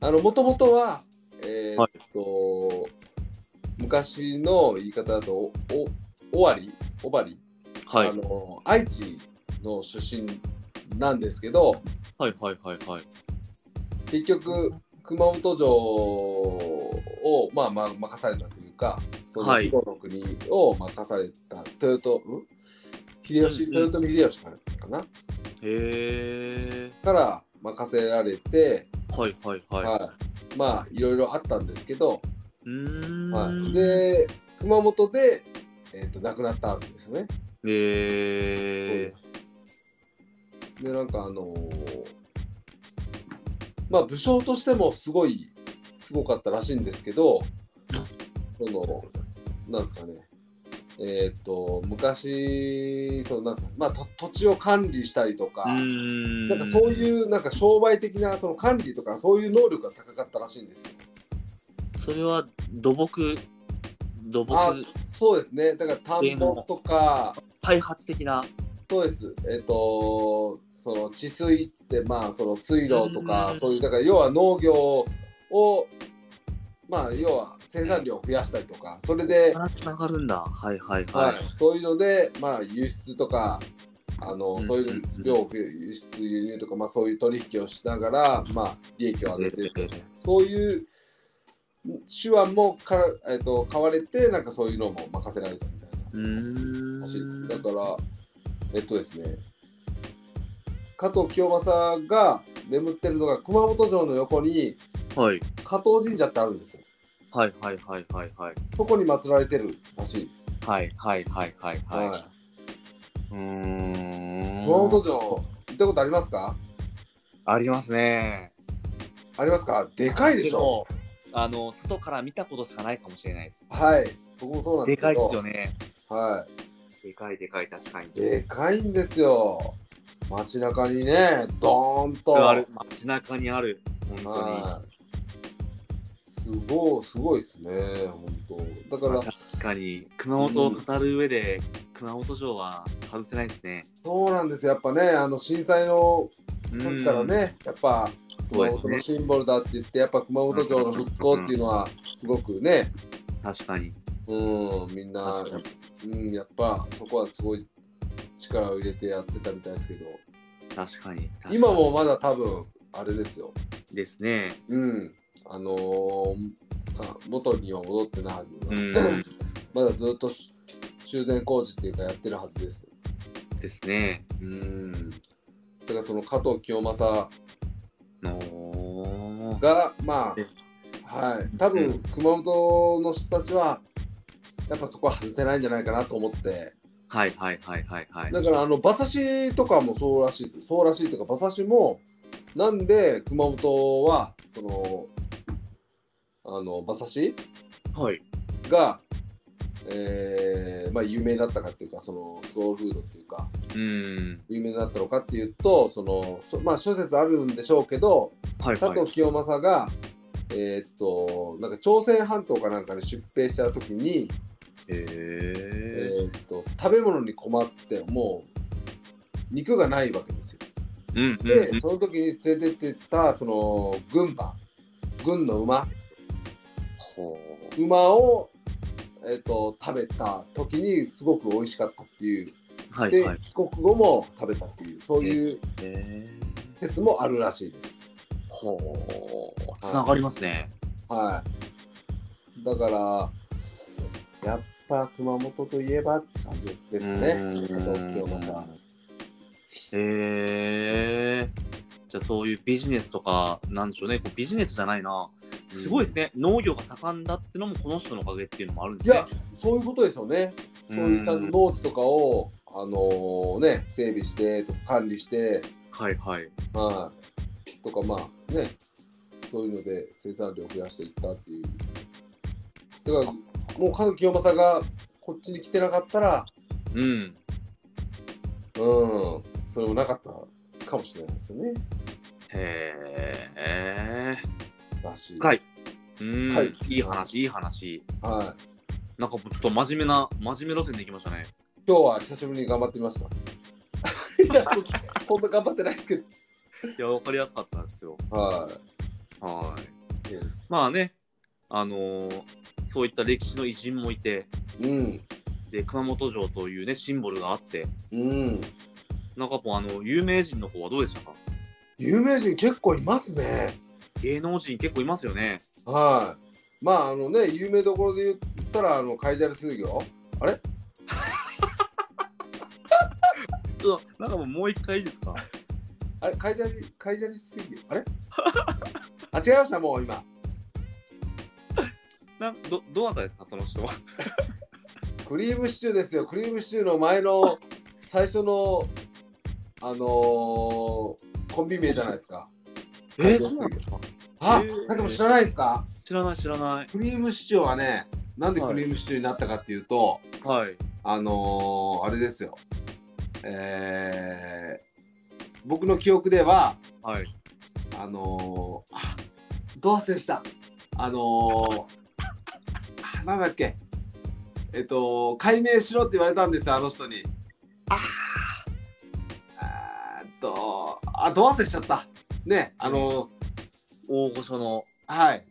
[SPEAKER 2] あの、もともとは、えー
[SPEAKER 1] は
[SPEAKER 2] っと、昔の言い方だと、お、お、尾張尾張
[SPEAKER 1] はい
[SPEAKER 2] あの、愛知の出身なんですけど、
[SPEAKER 1] はいはいはい。
[SPEAKER 2] 結局、熊本城を、まあ、まあ、任されたというか、その
[SPEAKER 1] はい
[SPEAKER 2] 肥後の国を任された、豊臣、ん秀吉、
[SPEAKER 1] うんうん
[SPEAKER 2] 豊臣秀吉からかな
[SPEAKER 1] へえ。
[SPEAKER 2] から任せられて、
[SPEAKER 1] はいはいはい。
[SPEAKER 2] はい、まあいろいろあったんですけど、
[SPEAKER 1] うーん。
[SPEAKER 2] はい、で熊本で、えー、と亡くなったんですね。
[SPEAKER 1] へえ。
[SPEAKER 2] でなんかあのーまあ武将としてもすごいすごかったらしいんですけどそのなんですかねえっ、と昔そのなんですか、まあ、と土地を管理したりとか。
[SPEAKER 1] うーん。
[SPEAKER 2] なんかそう
[SPEAKER 1] う。
[SPEAKER 2] いうなんか商売的なその管理とかそういう能力が高かったらしいんですよ。
[SPEAKER 1] それは土木、土木
[SPEAKER 2] あそうですね、だから田んぼとか、
[SPEAKER 1] 開発的な。
[SPEAKER 2] そうです、えっ、と、その治水って、まあ、その水路とか
[SPEAKER 1] う、ん
[SPEAKER 2] そういう、だから要は農業を、まあ、要は生産量を増やしたりとか、それで、
[SPEAKER 1] からつながるんだ。はいはい
[SPEAKER 2] は、
[SPEAKER 1] はい
[SPEAKER 2] そういうので、まあ、輸出とか、あの
[SPEAKER 1] うん
[SPEAKER 2] そういう量を増や輸出、輸入とか、まあ、そういう取引をしながら、まあ、利益を
[SPEAKER 1] い。
[SPEAKER 2] 上げてるそういう手腕もか、えっと買われて、なんかそういうのも任せられたみたいな。
[SPEAKER 1] うーん。
[SPEAKER 2] らしいです。だから、えっとですね、加藤清正が眠ってるのが熊本城の横に
[SPEAKER 1] はい
[SPEAKER 2] 加藤神社ってあるんですよ。
[SPEAKER 1] はいはいはいはいはい。
[SPEAKER 2] そこに祀られてるらしいです。
[SPEAKER 1] はいはいはいはいはい。
[SPEAKER 2] はいう
[SPEAKER 1] ーん。
[SPEAKER 2] 熊本城、行ったことありますか
[SPEAKER 1] ありますね。
[SPEAKER 2] ありますかでかいでしょ。
[SPEAKER 1] でもあの外から見たことしかないかもしれないです。
[SPEAKER 2] はい。僕もそうなんで
[SPEAKER 1] です
[SPEAKER 2] け
[SPEAKER 1] か
[SPEAKER 2] ど。
[SPEAKER 1] いですよね。
[SPEAKER 2] は
[SPEAKER 1] でかいでかい確かに。
[SPEAKER 2] い。でかいんですよ。街中にね、ドーンと。
[SPEAKER 1] ある街中にある本当
[SPEAKER 2] はいすごい、すごいですね、本当。だから
[SPEAKER 1] に。、確かに熊本を語る上で、熊本城は外せないですね。
[SPEAKER 2] そうなんですよやっぱね、あの震災の
[SPEAKER 1] う
[SPEAKER 2] 時
[SPEAKER 1] ん
[SPEAKER 2] から。ね、やっぱ
[SPEAKER 1] そうです
[SPEAKER 2] その
[SPEAKER 1] ね。
[SPEAKER 2] シンボルだって言って、やっぱ熊本城の復興っていうのは、すごくね、
[SPEAKER 1] 確かに。
[SPEAKER 2] うん、みんな、
[SPEAKER 1] 確かに。
[SPEAKER 2] うん、やっぱそこはすごい力を入れてやってたみたいですけど、
[SPEAKER 1] 確かに。確かに
[SPEAKER 2] 今もまだ多分、あれですよ、
[SPEAKER 1] ですね。
[SPEAKER 2] うん、あのーあ元には戻ってないはず、
[SPEAKER 1] うん。
[SPEAKER 2] まだずっとし修繕工事っていうかやってるはずです。
[SPEAKER 1] ですね。
[SPEAKER 2] うん、だからその加藤清正
[SPEAKER 1] の
[SPEAKER 2] が、ま
[SPEAKER 1] え
[SPEAKER 2] あ、はい、多分、
[SPEAKER 1] うん
[SPEAKER 2] 熊本の人たちは、やっぱそこは外せないんじゃないかなと思って、
[SPEAKER 1] はいはいはいはいはい。
[SPEAKER 2] だから、あの、馬刺しとかもそうらしいです。そうらしいというか、馬刺しも、なんで熊本は、その、あの、馬刺し
[SPEAKER 1] はい。
[SPEAKER 2] が、えーまあ、有名だったかっていうか、その、ソウルフードっていうか、
[SPEAKER 1] うん。
[SPEAKER 2] 有名だったのかっていうと、その、そまあ、諸説あるんでしょうけど、
[SPEAKER 1] はい
[SPEAKER 2] 加
[SPEAKER 1] はい。
[SPEAKER 2] 藤清正が、えーっとなんか朝鮮半島かなんかに出兵した時に、え
[SPEAKER 1] へ
[SPEAKER 2] ーっと食べ物に困ってもう肉がないわけですよ。
[SPEAKER 1] え。うんうん
[SPEAKER 2] で、
[SPEAKER 1] うん。
[SPEAKER 2] その時に連れてってたその軍馬軍の馬
[SPEAKER 1] ほう。
[SPEAKER 2] 馬を、えーっと食べた時にすごく美味しかったっていう、
[SPEAKER 1] はい
[SPEAKER 2] で
[SPEAKER 1] はい。
[SPEAKER 2] 帰国後も食べたっていうそういう
[SPEAKER 1] へえ。
[SPEAKER 2] 説もあるらしいです。
[SPEAKER 1] ほう。つながりますね。
[SPEAKER 2] はい。だから、やっぱ熊本といえばって感じですかね。
[SPEAKER 1] うん
[SPEAKER 2] 加藤清正。
[SPEAKER 1] へえ。じゃあそういうビジネスとかなんでしょうね。こうビジネスじゃないな。すごいですね。農業が盛んだってのもこの人のおかげっていうのもあるんで
[SPEAKER 2] い
[SPEAKER 1] すね
[SPEAKER 2] や。、そういうことですよね。そういうちゃんと農地とかを、あのーね、整備してとか管理して、
[SPEAKER 1] はいはい。
[SPEAKER 2] はい。とか、まあね、そういうので生産量を増やしていったっていう。だから、もう加藤清正がこっちに来てなかったら、
[SPEAKER 1] うん。
[SPEAKER 2] うん、それもなかったかもしれないですよね。
[SPEAKER 1] へえ。
[SPEAKER 2] らしい。
[SPEAKER 1] 深い。うん、
[SPEAKER 2] はい
[SPEAKER 1] い、い話、いい話。
[SPEAKER 2] はい。
[SPEAKER 1] なんかちょっと真面目な、真面目路線でいきましたね。
[SPEAKER 2] 今日は久しぶりに頑張ってみました。 いやそ、そんな頑張ってないですけど。
[SPEAKER 1] いや、わかりやすかったですよ。
[SPEAKER 2] は
[SPEAKER 1] はい。
[SPEAKER 2] い。いいです
[SPEAKER 1] まあね、あのーそういった歴史の偉人もいて、
[SPEAKER 2] うん。
[SPEAKER 1] で、熊本城というね、シンボルがあって、
[SPEAKER 2] うん。
[SPEAKER 1] 中ポン、あの、有名人の方はどうでしたか
[SPEAKER 2] 有名人結構いますね。
[SPEAKER 1] 芸能人結構いますよね。
[SPEAKER 2] はい。まあ、あのね、有名どころで言ったら、あの、カイジャル水魚。
[SPEAKER 1] ちょっと、中ポン、もう一回いいですか
[SPEAKER 2] あれ、カイジャリ、カイジャリ水魚。 あれあ、違いました、もう今。
[SPEAKER 1] なんど、どなたですか、その人は。
[SPEAKER 2] クリームシチューですよ。クリームシチューの前の、最初の、あのーコンビ名じゃないです か。
[SPEAKER 1] えー、そうなんですか
[SPEAKER 2] あ
[SPEAKER 1] へー、
[SPEAKER 2] さっきも知らないですか
[SPEAKER 1] 知らない、知らない。
[SPEAKER 2] クリームシチューはね、なんでクリームシチューになったかっていうと、
[SPEAKER 1] はい。
[SPEAKER 2] あのーあれですよ。えー、僕の記憶では、
[SPEAKER 1] はい。
[SPEAKER 2] あのー、あどう忘れしたあのー、あなんだっけえっと解明しろって言われたんですよあの人にあーえっとあどう忘れしちゃったねあのー
[SPEAKER 1] 大御所の、
[SPEAKER 2] はい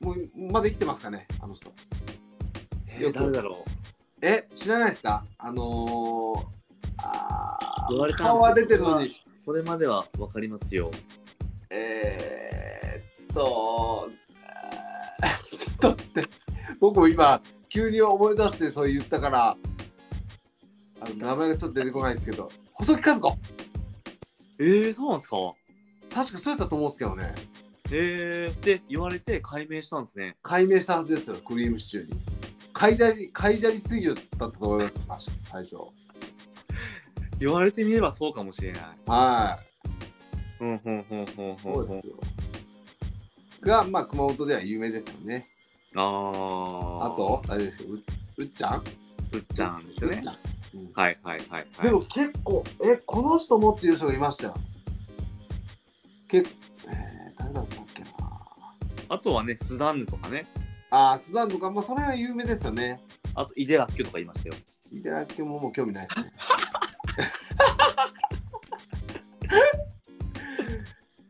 [SPEAKER 2] もうまだ生きてますかねあの人
[SPEAKER 1] え
[SPEAKER 2] よ
[SPEAKER 1] ー、
[SPEAKER 2] く
[SPEAKER 1] 誰だろ
[SPEAKER 2] え知らないですかあのーあ
[SPEAKER 1] 言われ
[SPEAKER 2] ー
[SPEAKER 1] たんです
[SPEAKER 2] 顔は出てるのに
[SPEAKER 1] う。これまではわかりますよ。
[SPEAKER 2] えー、っと、 あーちょっと待って、僕も今、急に思い出してそう言ったから、あの名前がちょっと出てこないですけど、細木和子、
[SPEAKER 1] えー、そうなんですか
[SPEAKER 2] 確かそうやったと思うんですけどね、
[SPEAKER 1] えー、って言われて解明したんですね。
[SPEAKER 2] 解明したはずですよ、クリームシチューに。カイジャリ、カイジャリ水魚だったと思います、確か最初。
[SPEAKER 1] 言われてみればそうかもしれない。
[SPEAKER 2] はい、
[SPEAKER 1] うんうんうんうんう
[SPEAKER 2] そうで
[SPEAKER 1] ん。
[SPEAKER 2] すよ。が、まあ、熊本では有名ですよね。
[SPEAKER 1] あー
[SPEAKER 2] あと、あれですけど、ううっちゃん
[SPEAKER 1] うっちゃんですよ
[SPEAKER 2] うっ
[SPEAKER 1] ね
[SPEAKER 2] ち。ゃんうん
[SPEAKER 1] はいはいはいはい。
[SPEAKER 2] でも結構、え、この人もっていう人がいましたよ。けえー、誰だったっけな。
[SPEAKER 1] あとはね、スザンヌとかね。
[SPEAKER 2] あー、スザンとか、まあ、それは有名ですよね。
[SPEAKER 1] あと、イデラッキョとか言いましたよ。
[SPEAKER 2] いただきももう興味ないですね。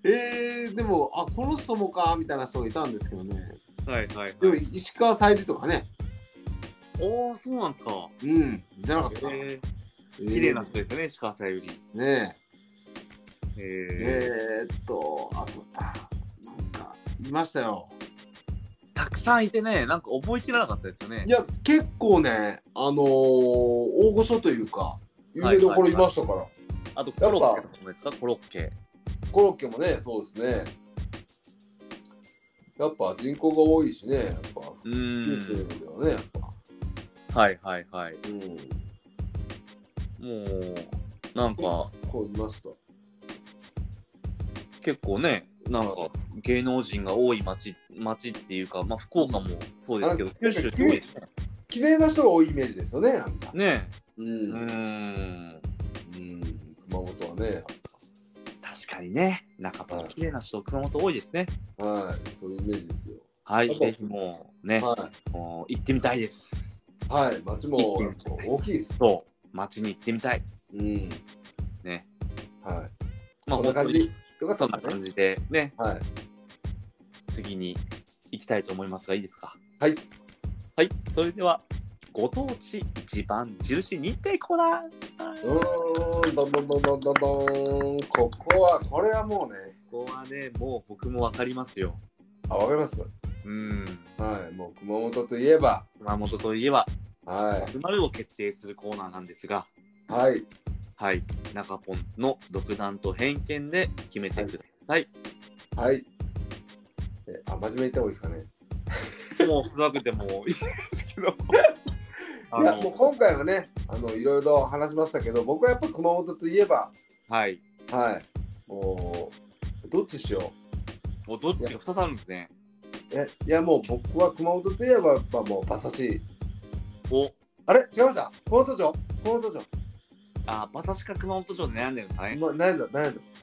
[SPEAKER 2] えー、でも、あ、この人もか、みたいな人がいたんですけどね。
[SPEAKER 1] はいはい
[SPEAKER 2] でも、
[SPEAKER 1] はい。
[SPEAKER 2] 石川さゆりとかね。
[SPEAKER 1] おー、そうなんですか。
[SPEAKER 2] うん、じゃなかったかな。
[SPEAKER 1] え
[SPEAKER 2] 綺
[SPEAKER 1] ー、綺麗な人ですよね、石川さゆり。
[SPEAKER 2] ね
[SPEAKER 1] えー、
[SPEAKER 2] え。えー、っと、あと、あなんか、いましたよ。
[SPEAKER 1] たくさんいてね、なんか覚えきらなかったですよね
[SPEAKER 2] い。や、結構ね、あのー大御所というか、有名どころいましたから、
[SPEAKER 1] あと、コロッケとかもですか、コロッケ。
[SPEAKER 2] コロッケもね、そうですね。やっぱ人口が多いしね、やっぱ、
[SPEAKER 1] う
[SPEAKER 2] 九州
[SPEAKER 1] ーん。
[SPEAKER 2] ではね、やっぱ。
[SPEAKER 1] はいはいはい。
[SPEAKER 2] うん、
[SPEAKER 1] もう、なんか、
[SPEAKER 2] こういました。
[SPEAKER 1] 結構ね、なんか、芸能人が多い町、町っていうか、まあ、福岡もそうですけど、
[SPEAKER 2] うん
[SPEAKER 1] 九州って多いですね。
[SPEAKER 2] 綺麗な人が多いイメージですよね、なんか。
[SPEAKER 1] ね
[SPEAKER 2] うん
[SPEAKER 1] え。うーん。
[SPEAKER 2] うん熊本はね、
[SPEAKER 1] 確かにね、中田の綺麗な人、熊本多いですね。
[SPEAKER 2] はい、そういうイメージですよ。
[SPEAKER 1] はい、
[SPEAKER 2] あと
[SPEAKER 1] ぜひもうね、
[SPEAKER 2] は
[SPEAKER 1] もう行ってみたいです。
[SPEAKER 2] い、はい、町も
[SPEAKER 1] 一軒
[SPEAKER 2] 大きいです。
[SPEAKER 1] そう、町に行ってみたい。
[SPEAKER 2] うん、
[SPEAKER 1] ね。
[SPEAKER 2] はい。
[SPEAKER 1] まあ、
[SPEAKER 2] こんな感じ。
[SPEAKER 1] 本
[SPEAKER 2] よか
[SPEAKER 1] 当
[SPEAKER 2] った
[SPEAKER 1] にそんな
[SPEAKER 2] ですね
[SPEAKER 1] 感。じで、ね、
[SPEAKER 2] はい。
[SPEAKER 1] 次に行きたいと思いますが、いいですか。
[SPEAKER 2] はい。
[SPEAKER 1] はい、それでは、ご当地一番印認定コーナー。
[SPEAKER 2] うーん、どんどんどんどんどんどん。ここは、これはもうね、
[SPEAKER 1] ここはね、もう僕もわかりますよ。
[SPEAKER 2] あ、わかります
[SPEAKER 1] うん。
[SPEAKER 2] はい、もう熊本といえば、
[SPEAKER 1] 熊本といえば、
[SPEAKER 2] は
[SPEAKER 1] 〇〇を決定するコーナーなんですが、
[SPEAKER 2] い、はい、
[SPEAKER 1] はい、中ポンの独断と偏見で決めてください。
[SPEAKER 2] はい。え、あ、真面目に言った方がいいですかね。
[SPEAKER 1] もうふざけてもいいですけど。あ
[SPEAKER 2] いや、もう
[SPEAKER 1] の
[SPEAKER 2] 今回はね、あの、いろいろ話しましたけど、僕はやっぱ熊本といえば、
[SPEAKER 1] はい。
[SPEAKER 2] はい、もう、どっちしよ
[SPEAKER 1] もうどっちが2つあるんですね。
[SPEAKER 2] う。え、いや、もう僕は熊本といえば、やっぱもう馬刺し。
[SPEAKER 1] お
[SPEAKER 2] あれ違いました熊本城熊本城
[SPEAKER 1] あ、馬刺しか熊本城で悩んでるんですかね。
[SPEAKER 2] まあ、悩んだ、悩んだっす。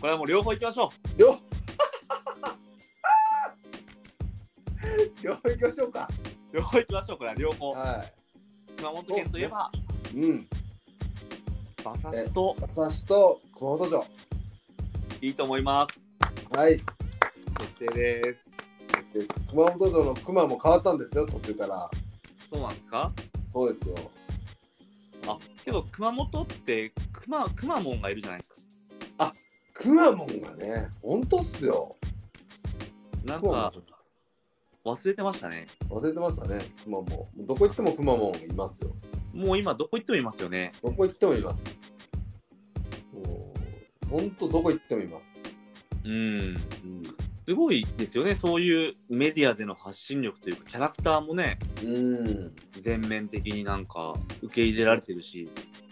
[SPEAKER 1] これはもう両方行きましょ
[SPEAKER 2] 両両方行きましょうか。
[SPEAKER 1] う。両方行きましょう、これは両方。
[SPEAKER 2] は
[SPEAKER 1] 熊本県といえば、
[SPEAKER 2] い。うん。
[SPEAKER 1] 馬刺しと
[SPEAKER 2] 馬刺しと熊本城。
[SPEAKER 1] いいと思います。
[SPEAKER 2] はい。
[SPEAKER 1] 決定です。
[SPEAKER 2] です熊本城の熊も変わったんですよ、途中から。
[SPEAKER 1] そうなんですか
[SPEAKER 2] そうですよ。
[SPEAKER 1] あ、けど熊本って熊、熊門がいるじゃないですか。
[SPEAKER 2] 熊もんがね、本当っすよ。
[SPEAKER 1] なん
[SPEAKER 2] 熊
[SPEAKER 1] か
[SPEAKER 2] 本城
[SPEAKER 1] 忘れてましたね。
[SPEAKER 2] 忘れてましたね、熊もん。どこ行っても熊もんいますよ。
[SPEAKER 1] もう今どこ行ってもいますよね。
[SPEAKER 2] どこ行ってもいます。もう、本当どこ行ってもいます。
[SPEAKER 1] うん。
[SPEAKER 2] うん。
[SPEAKER 1] すごいですよね。そういうメディアでの発信力というか、キャラクターもね、
[SPEAKER 2] うん。
[SPEAKER 1] 全面的になんか受け入れられてるし。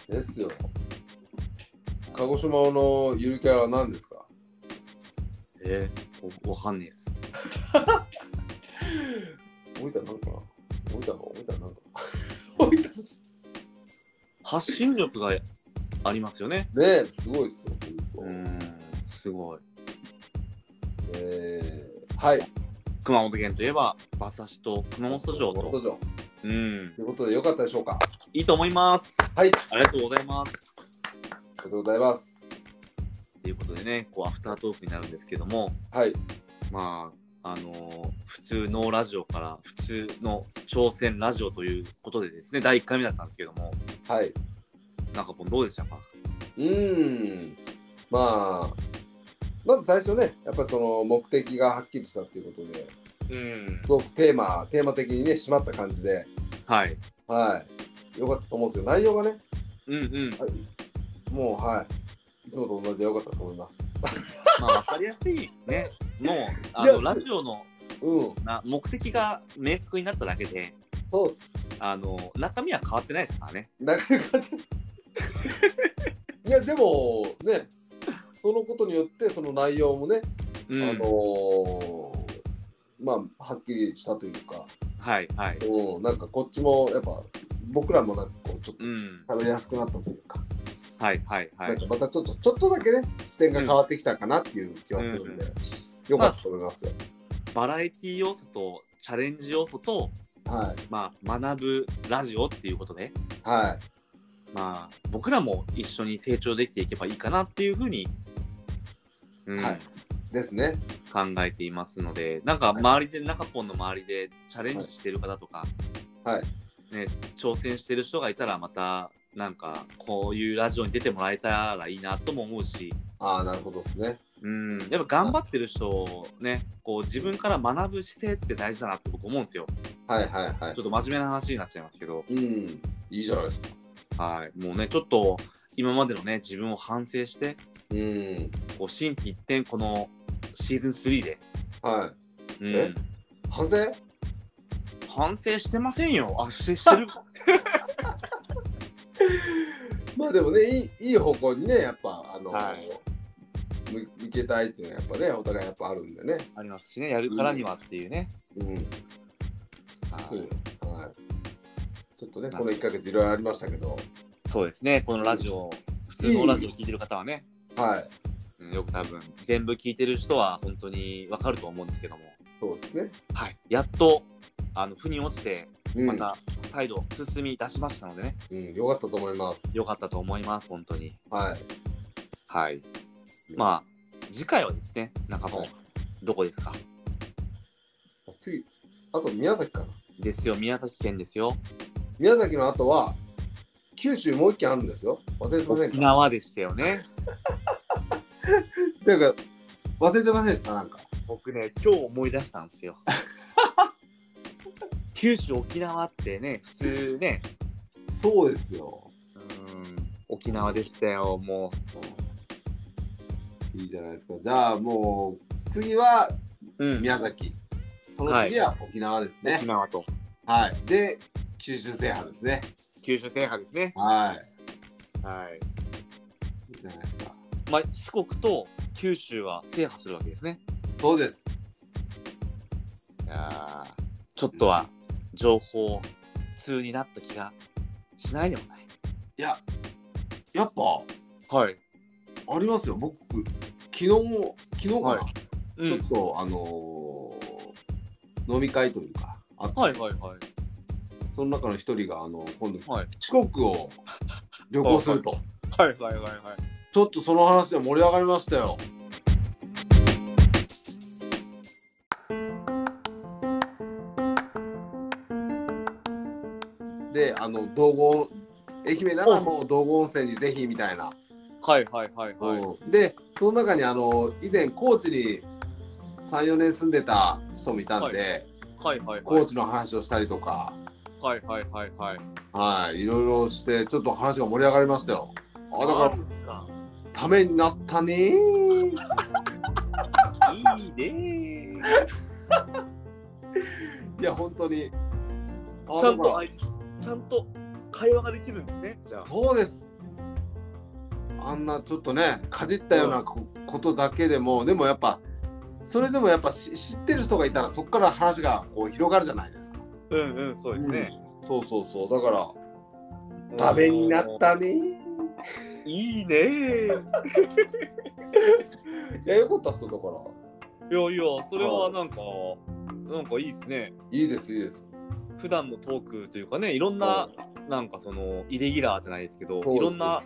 [SPEAKER 2] ですよ。鹿児島のゆるキャラは何ですか
[SPEAKER 1] えー、わわかんないです。
[SPEAKER 2] 大分なんかな大分の大分なんかな大分のし
[SPEAKER 1] 発信力がありますよね。
[SPEAKER 2] ねえ、すごいっすよ、ほんと。
[SPEAKER 1] ん、すごい。
[SPEAKER 2] えー、はい。
[SPEAKER 1] 熊本県といえば、馬刺しと熊本城
[SPEAKER 2] 熊本
[SPEAKER 1] と。
[SPEAKER 2] 城。
[SPEAKER 1] うん
[SPEAKER 2] とい、うことで、よかったでしょうか。
[SPEAKER 1] いいと思います。
[SPEAKER 2] はい。
[SPEAKER 1] ありがとうございます。
[SPEAKER 2] ありがとうございます。
[SPEAKER 1] ということでね、こうアフタートークになるんですけども、
[SPEAKER 2] はい。
[SPEAKER 1] まあ、あのー普通のラジオから普通の挑戦ラジオということでですね、第1回目だったんですけども、
[SPEAKER 2] はい。
[SPEAKER 1] なんかもうどうでしたか
[SPEAKER 2] うーん。まあ、まず最初ね、やっぱりその目的がはっきりしたということで、
[SPEAKER 1] うん
[SPEAKER 2] す。ごくテーマ、テーマ的にね、締まった感じで、
[SPEAKER 1] はい。
[SPEAKER 2] はい。よかったと思うんですけど、内容がね、
[SPEAKER 1] うんうん。
[SPEAKER 2] もう、はい。いつもと同じでよかったと思います。
[SPEAKER 1] まあ、わかりやすいね。もう、あ
[SPEAKER 2] い
[SPEAKER 1] の、
[SPEAKER 2] や
[SPEAKER 1] ラジオの
[SPEAKER 2] うん。
[SPEAKER 1] な目的が明確になっただけで、
[SPEAKER 2] そうっす。
[SPEAKER 1] あの、中身は変わってないですからね。
[SPEAKER 2] なかなかね いやでもねそのことによってその内容もね、
[SPEAKER 1] うん。
[SPEAKER 2] あのーまあはっきりしたというか、
[SPEAKER 1] はいはい。
[SPEAKER 2] うん、なんかこっちもやっぱ僕らもなんかこうちょっと
[SPEAKER 1] うん。
[SPEAKER 2] 食べやすくなったというか、
[SPEAKER 1] はいはいは
[SPEAKER 2] なん
[SPEAKER 1] い。
[SPEAKER 2] かまたちょっとちょっとだけね視点が変わってきたかなっていう気はするんで、よかったと思いますよ。
[SPEAKER 1] バラエティ要素とチャレンジ要素と、
[SPEAKER 2] はい
[SPEAKER 1] まあ、学ぶラジオっていうことで、
[SPEAKER 2] はい
[SPEAKER 1] まあ、僕らも一緒に成長できていけばいいかなっていうふうに、うん
[SPEAKER 2] はいですね。
[SPEAKER 1] 考えていますので、なんか
[SPEAKER 2] はい
[SPEAKER 1] 周りで、中ポンの周りでチャレンジしてる方とか、
[SPEAKER 2] はい
[SPEAKER 1] ね、挑戦してる人がいたら、また、なんか、こういうラジオに出てもらえたらいいなとも思うし、
[SPEAKER 2] ああなるほどですね。
[SPEAKER 1] うん、やっぱ頑張ってる人をね、こう自分から学ぶ姿勢って大事だなって僕思うんですよ。
[SPEAKER 2] はいはいはい
[SPEAKER 1] ちょ。っと真面目な話になっちゃいますけど、
[SPEAKER 2] うんいいじゃないですか。
[SPEAKER 1] はい、もうね、ちょっと今までのね、自分を反省して、
[SPEAKER 2] うん
[SPEAKER 1] こう心機一転、このシーズン3で、
[SPEAKER 2] は
[SPEAKER 1] うん
[SPEAKER 2] えい反省
[SPEAKER 1] 反省してませんよ。あ、してしてる。
[SPEAKER 2] まあでもねいいいい方向にねやっぱあの、
[SPEAKER 1] はい
[SPEAKER 2] む向けたいっていうのはやっぱねお互いやっぱあるんでね。
[SPEAKER 1] ありますしね、やるからにはっていうね。
[SPEAKER 2] うん
[SPEAKER 1] はい
[SPEAKER 2] はい、ちょっとね
[SPEAKER 1] な
[SPEAKER 2] この1か月いろいろありましたけど、
[SPEAKER 1] そうですね、このラジオ、普通のラジオ聞いてる方はね、
[SPEAKER 2] はい
[SPEAKER 1] うんよく多分、全部聞いてる人は本当にわかると思うんですけども、
[SPEAKER 2] そうですね。
[SPEAKER 1] はい、やっと、あの、腑に落ちて、
[SPEAKER 2] うん、
[SPEAKER 1] また再度進み出しましたのでね、
[SPEAKER 2] うん、よかったと思います。
[SPEAKER 1] 良かったと思います、本当に。
[SPEAKER 2] はい。
[SPEAKER 1] はい。まあ、次回はですね、中本、
[SPEAKER 2] はい
[SPEAKER 1] どこですか
[SPEAKER 2] 次あと宮崎かな。
[SPEAKER 1] ですよ、宮崎県ですよ。
[SPEAKER 2] 宮崎の後は九州もう一軒あるんですよ。忘れてませ
[SPEAKER 1] 沖
[SPEAKER 2] んか。
[SPEAKER 1] 縄でしたよね。
[SPEAKER 2] というか忘れてませんでしたなんか。
[SPEAKER 1] 僕ね、今日思い出したんです よ。九州、沖縄ってね、普通ね、
[SPEAKER 2] そうですよ。
[SPEAKER 1] うーん沖縄でしたよ、も
[SPEAKER 2] いいじゃないですか。じゃあもう次は
[SPEAKER 1] う。うん
[SPEAKER 2] 宮崎。その次は沖縄ですね
[SPEAKER 1] 沖。縄と
[SPEAKER 2] はい。で、九州制覇ですね。
[SPEAKER 1] 九州制覇ですね。
[SPEAKER 2] は
[SPEAKER 1] はい。
[SPEAKER 2] い。いいじゃないですか。
[SPEAKER 1] まあ、四国と九州は制覇するわけですね。
[SPEAKER 2] そうです。
[SPEAKER 1] いやーちょっとは情報通になった気がしないでもない。
[SPEAKER 2] いや、やっぱ
[SPEAKER 1] はい。
[SPEAKER 2] ありますよ。僕、昨日も、昨日かな、
[SPEAKER 1] はう
[SPEAKER 2] ちょ
[SPEAKER 1] ん
[SPEAKER 2] っ。と、あのー飲み会というか、あって
[SPEAKER 1] はいはいはい。
[SPEAKER 2] その中の一人が、あの今度、
[SPEAKER 1] はい
[SPEAKER 2] 四国を旅行すると。
[SPEAKER 1] はいはいはいはい。
[SPEAKER 2] ちょっとその話で盛り上がりましたよ。で、あの道後愛媛ならもう道後温泉にぜひみたいな。
[SPEAKER 1] はいはいはいはい。
[SPEAKER 2] うんで、その中にあの以前高知に3、4年住んでた人もいたんで、
[SPEAKER 1] はいはいは
[SPEAKER 2] 高
[SPEAKER 1] い。
[SPEAKER 2] 知の話をしたりとか、
[SPEAKER 1] はいはいはいはい。
[SPEAKER 2] はい、いろいろしてちょっと話が盛り上がりましたよ。あだからためになったねー。
[SPEAKER 1] ら。いいねー。
[SPEAKER 2] いや、本当に。あ
[SPEAKER 1] ちゃん
[SPEAKER 2] だ
[SPEAKER 1] と
[SPEAKER 2] か
[SPEAKER 1] 愛し、ちゃんと会話ができるんですね。じゃ
[SPEAKER 2] ら
[SPEAKER 1] あ。
[SPEAKER 2] そうです。あんなちょっとね、かじったようなこことだけでも、でもやっぱ、それでもやっぱし知ってる人がいたら、そこから話がこう広がるじゃないですか。
[SPEAKER 1] うんうん、そうですね。
[SPEAKER 2] そうそうそう、だから、
[SPEAKER 1] うん
[SPEAKER 2] ダメになっ。たね
[SPEAKER 1] いいねー。
[SPEAKER 2] いや、よかったっすよ、だから。
[SPEAKER 1] いやいや、それはなんか、なんかいいですね。
[SPEAKER 2] いいです、いいです。
[SPEAKER 1] 普段のトークというかね、いろんな、なんかその、イレギュラーじゃないですけど、
[SPEAKER 2] そうです
[SPEAKER 1] いろんな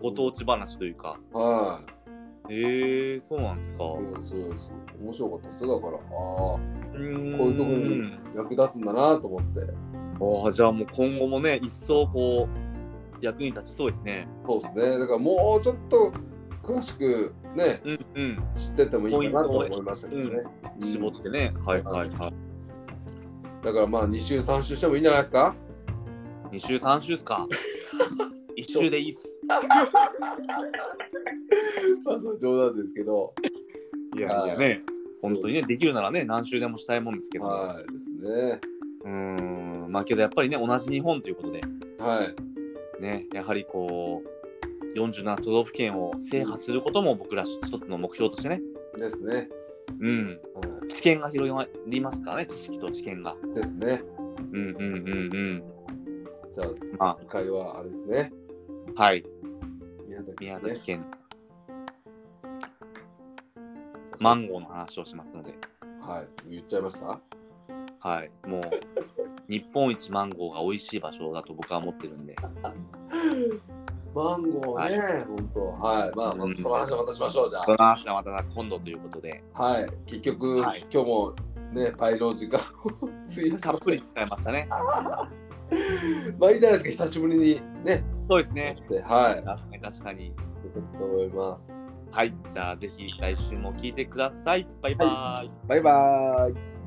[SPEAKER 1] ご当地話というか。
[SPEAKER 2] はい。
[SPEAKER 1] ええー、そうなんですか。
[SPEAKER 2] そうです、そうです。面白かったっすよ、だから、ああ、こ
[SPEAKER 1] こうい
[SPEAKER 2] ういうところに役立つんだなと思って。
[SPEAKER 1] ああ、じゃあもう今後もね、一層こう、役に立ちそうですね。
[SPEAKER 2] そうですね、だからもうちょっと詳しくね、
[SPEAKER 1] うんうん。
[SPEAKER 2] 知っててもいいかなと思いましたけどね。うん
[SPEAKER 1] 絞ってね。はいはいはい。
[SPEAKER 2] だからまあ2週3週してもいいんじゃないで すか
[SPEAKER 1] 2週3週っす か。1週でいいっす。
[SPEAKER 2] まあそれ冗談ですけど。
[SPEAKER 1] い
[SPEAKER 2] やいや
[SPEAKER 1] ね。本当にね、できるならね、何週でもしたいもんですけど。
[SPEAKER 2] はいですね。
[SPEAKER 1] うーん。まあけどやっぱりね、同じ日本ということで、
[SPEAKER 2] はい。
[SPEAKER 1] ね、やはりこう、47都道府県を制覇することも僕ら一つの目標としてね。
[SPEAKER 2] ですね。
[SPEAKER 1] うん。
[SPEAKER 2] は
[SPEAKER 1] 知見が広がりますからね、知識と知見が。
[SPEAKER 2] い、ですね。
[SPEAKER 1] うんうんうんうん。
[SPEAKER 2] じゃあ
[SPEAKER 1] まあ、
[SPEAKER 2] 今回はあれですね。
[SPEAKER 1] はい、
[SPEAKER 2] 宮崎で
[SPEAKER 1] 宮
[SPEAKER 2] すね
[SPEAKER 1] 崎。県、マンゴーの話をしますので、
[SPEAKER 2] はい。言っちゃいました
[SPEAKER 1] はい、もう、日本一マンゴーが美味しい場所だと僕は思ってるんで、
[SPEAKER 2] マンゴーね、本当。はい。まあ、ま
[SPEAKER 1] うん
[SPEAKER 2] あ、その話はまたしましょう。じゃ
[SPEAKER 1] その話はまた今度ということで、
[SPEAKER 2] あ。はい。結局、
[SPEAKER 1] はい
[SPEAKER 2] 今日もね、パイの時間を費やしたま
[SPEAKER 1] っ
[SPEAKER 2] した
[SPEAKER 1] ぷ り使いましたね。
[SPEAKER 2] まあいいじゃないですか、久しぶりにね。
[SPEAKER 1] そうです
[SPEAKER 2] や
[SPEAKER 1] ね。
[SPEAKER 2] ってはい。よか
[SPEAKER 1] 確かに確かに。
[SPEAKER 2] ったと思います。
[SPEAKER 1] はい、じゃあぜひ来週も聞いてください。バイバーイ。
[SPEAKER 2] バイバーイ。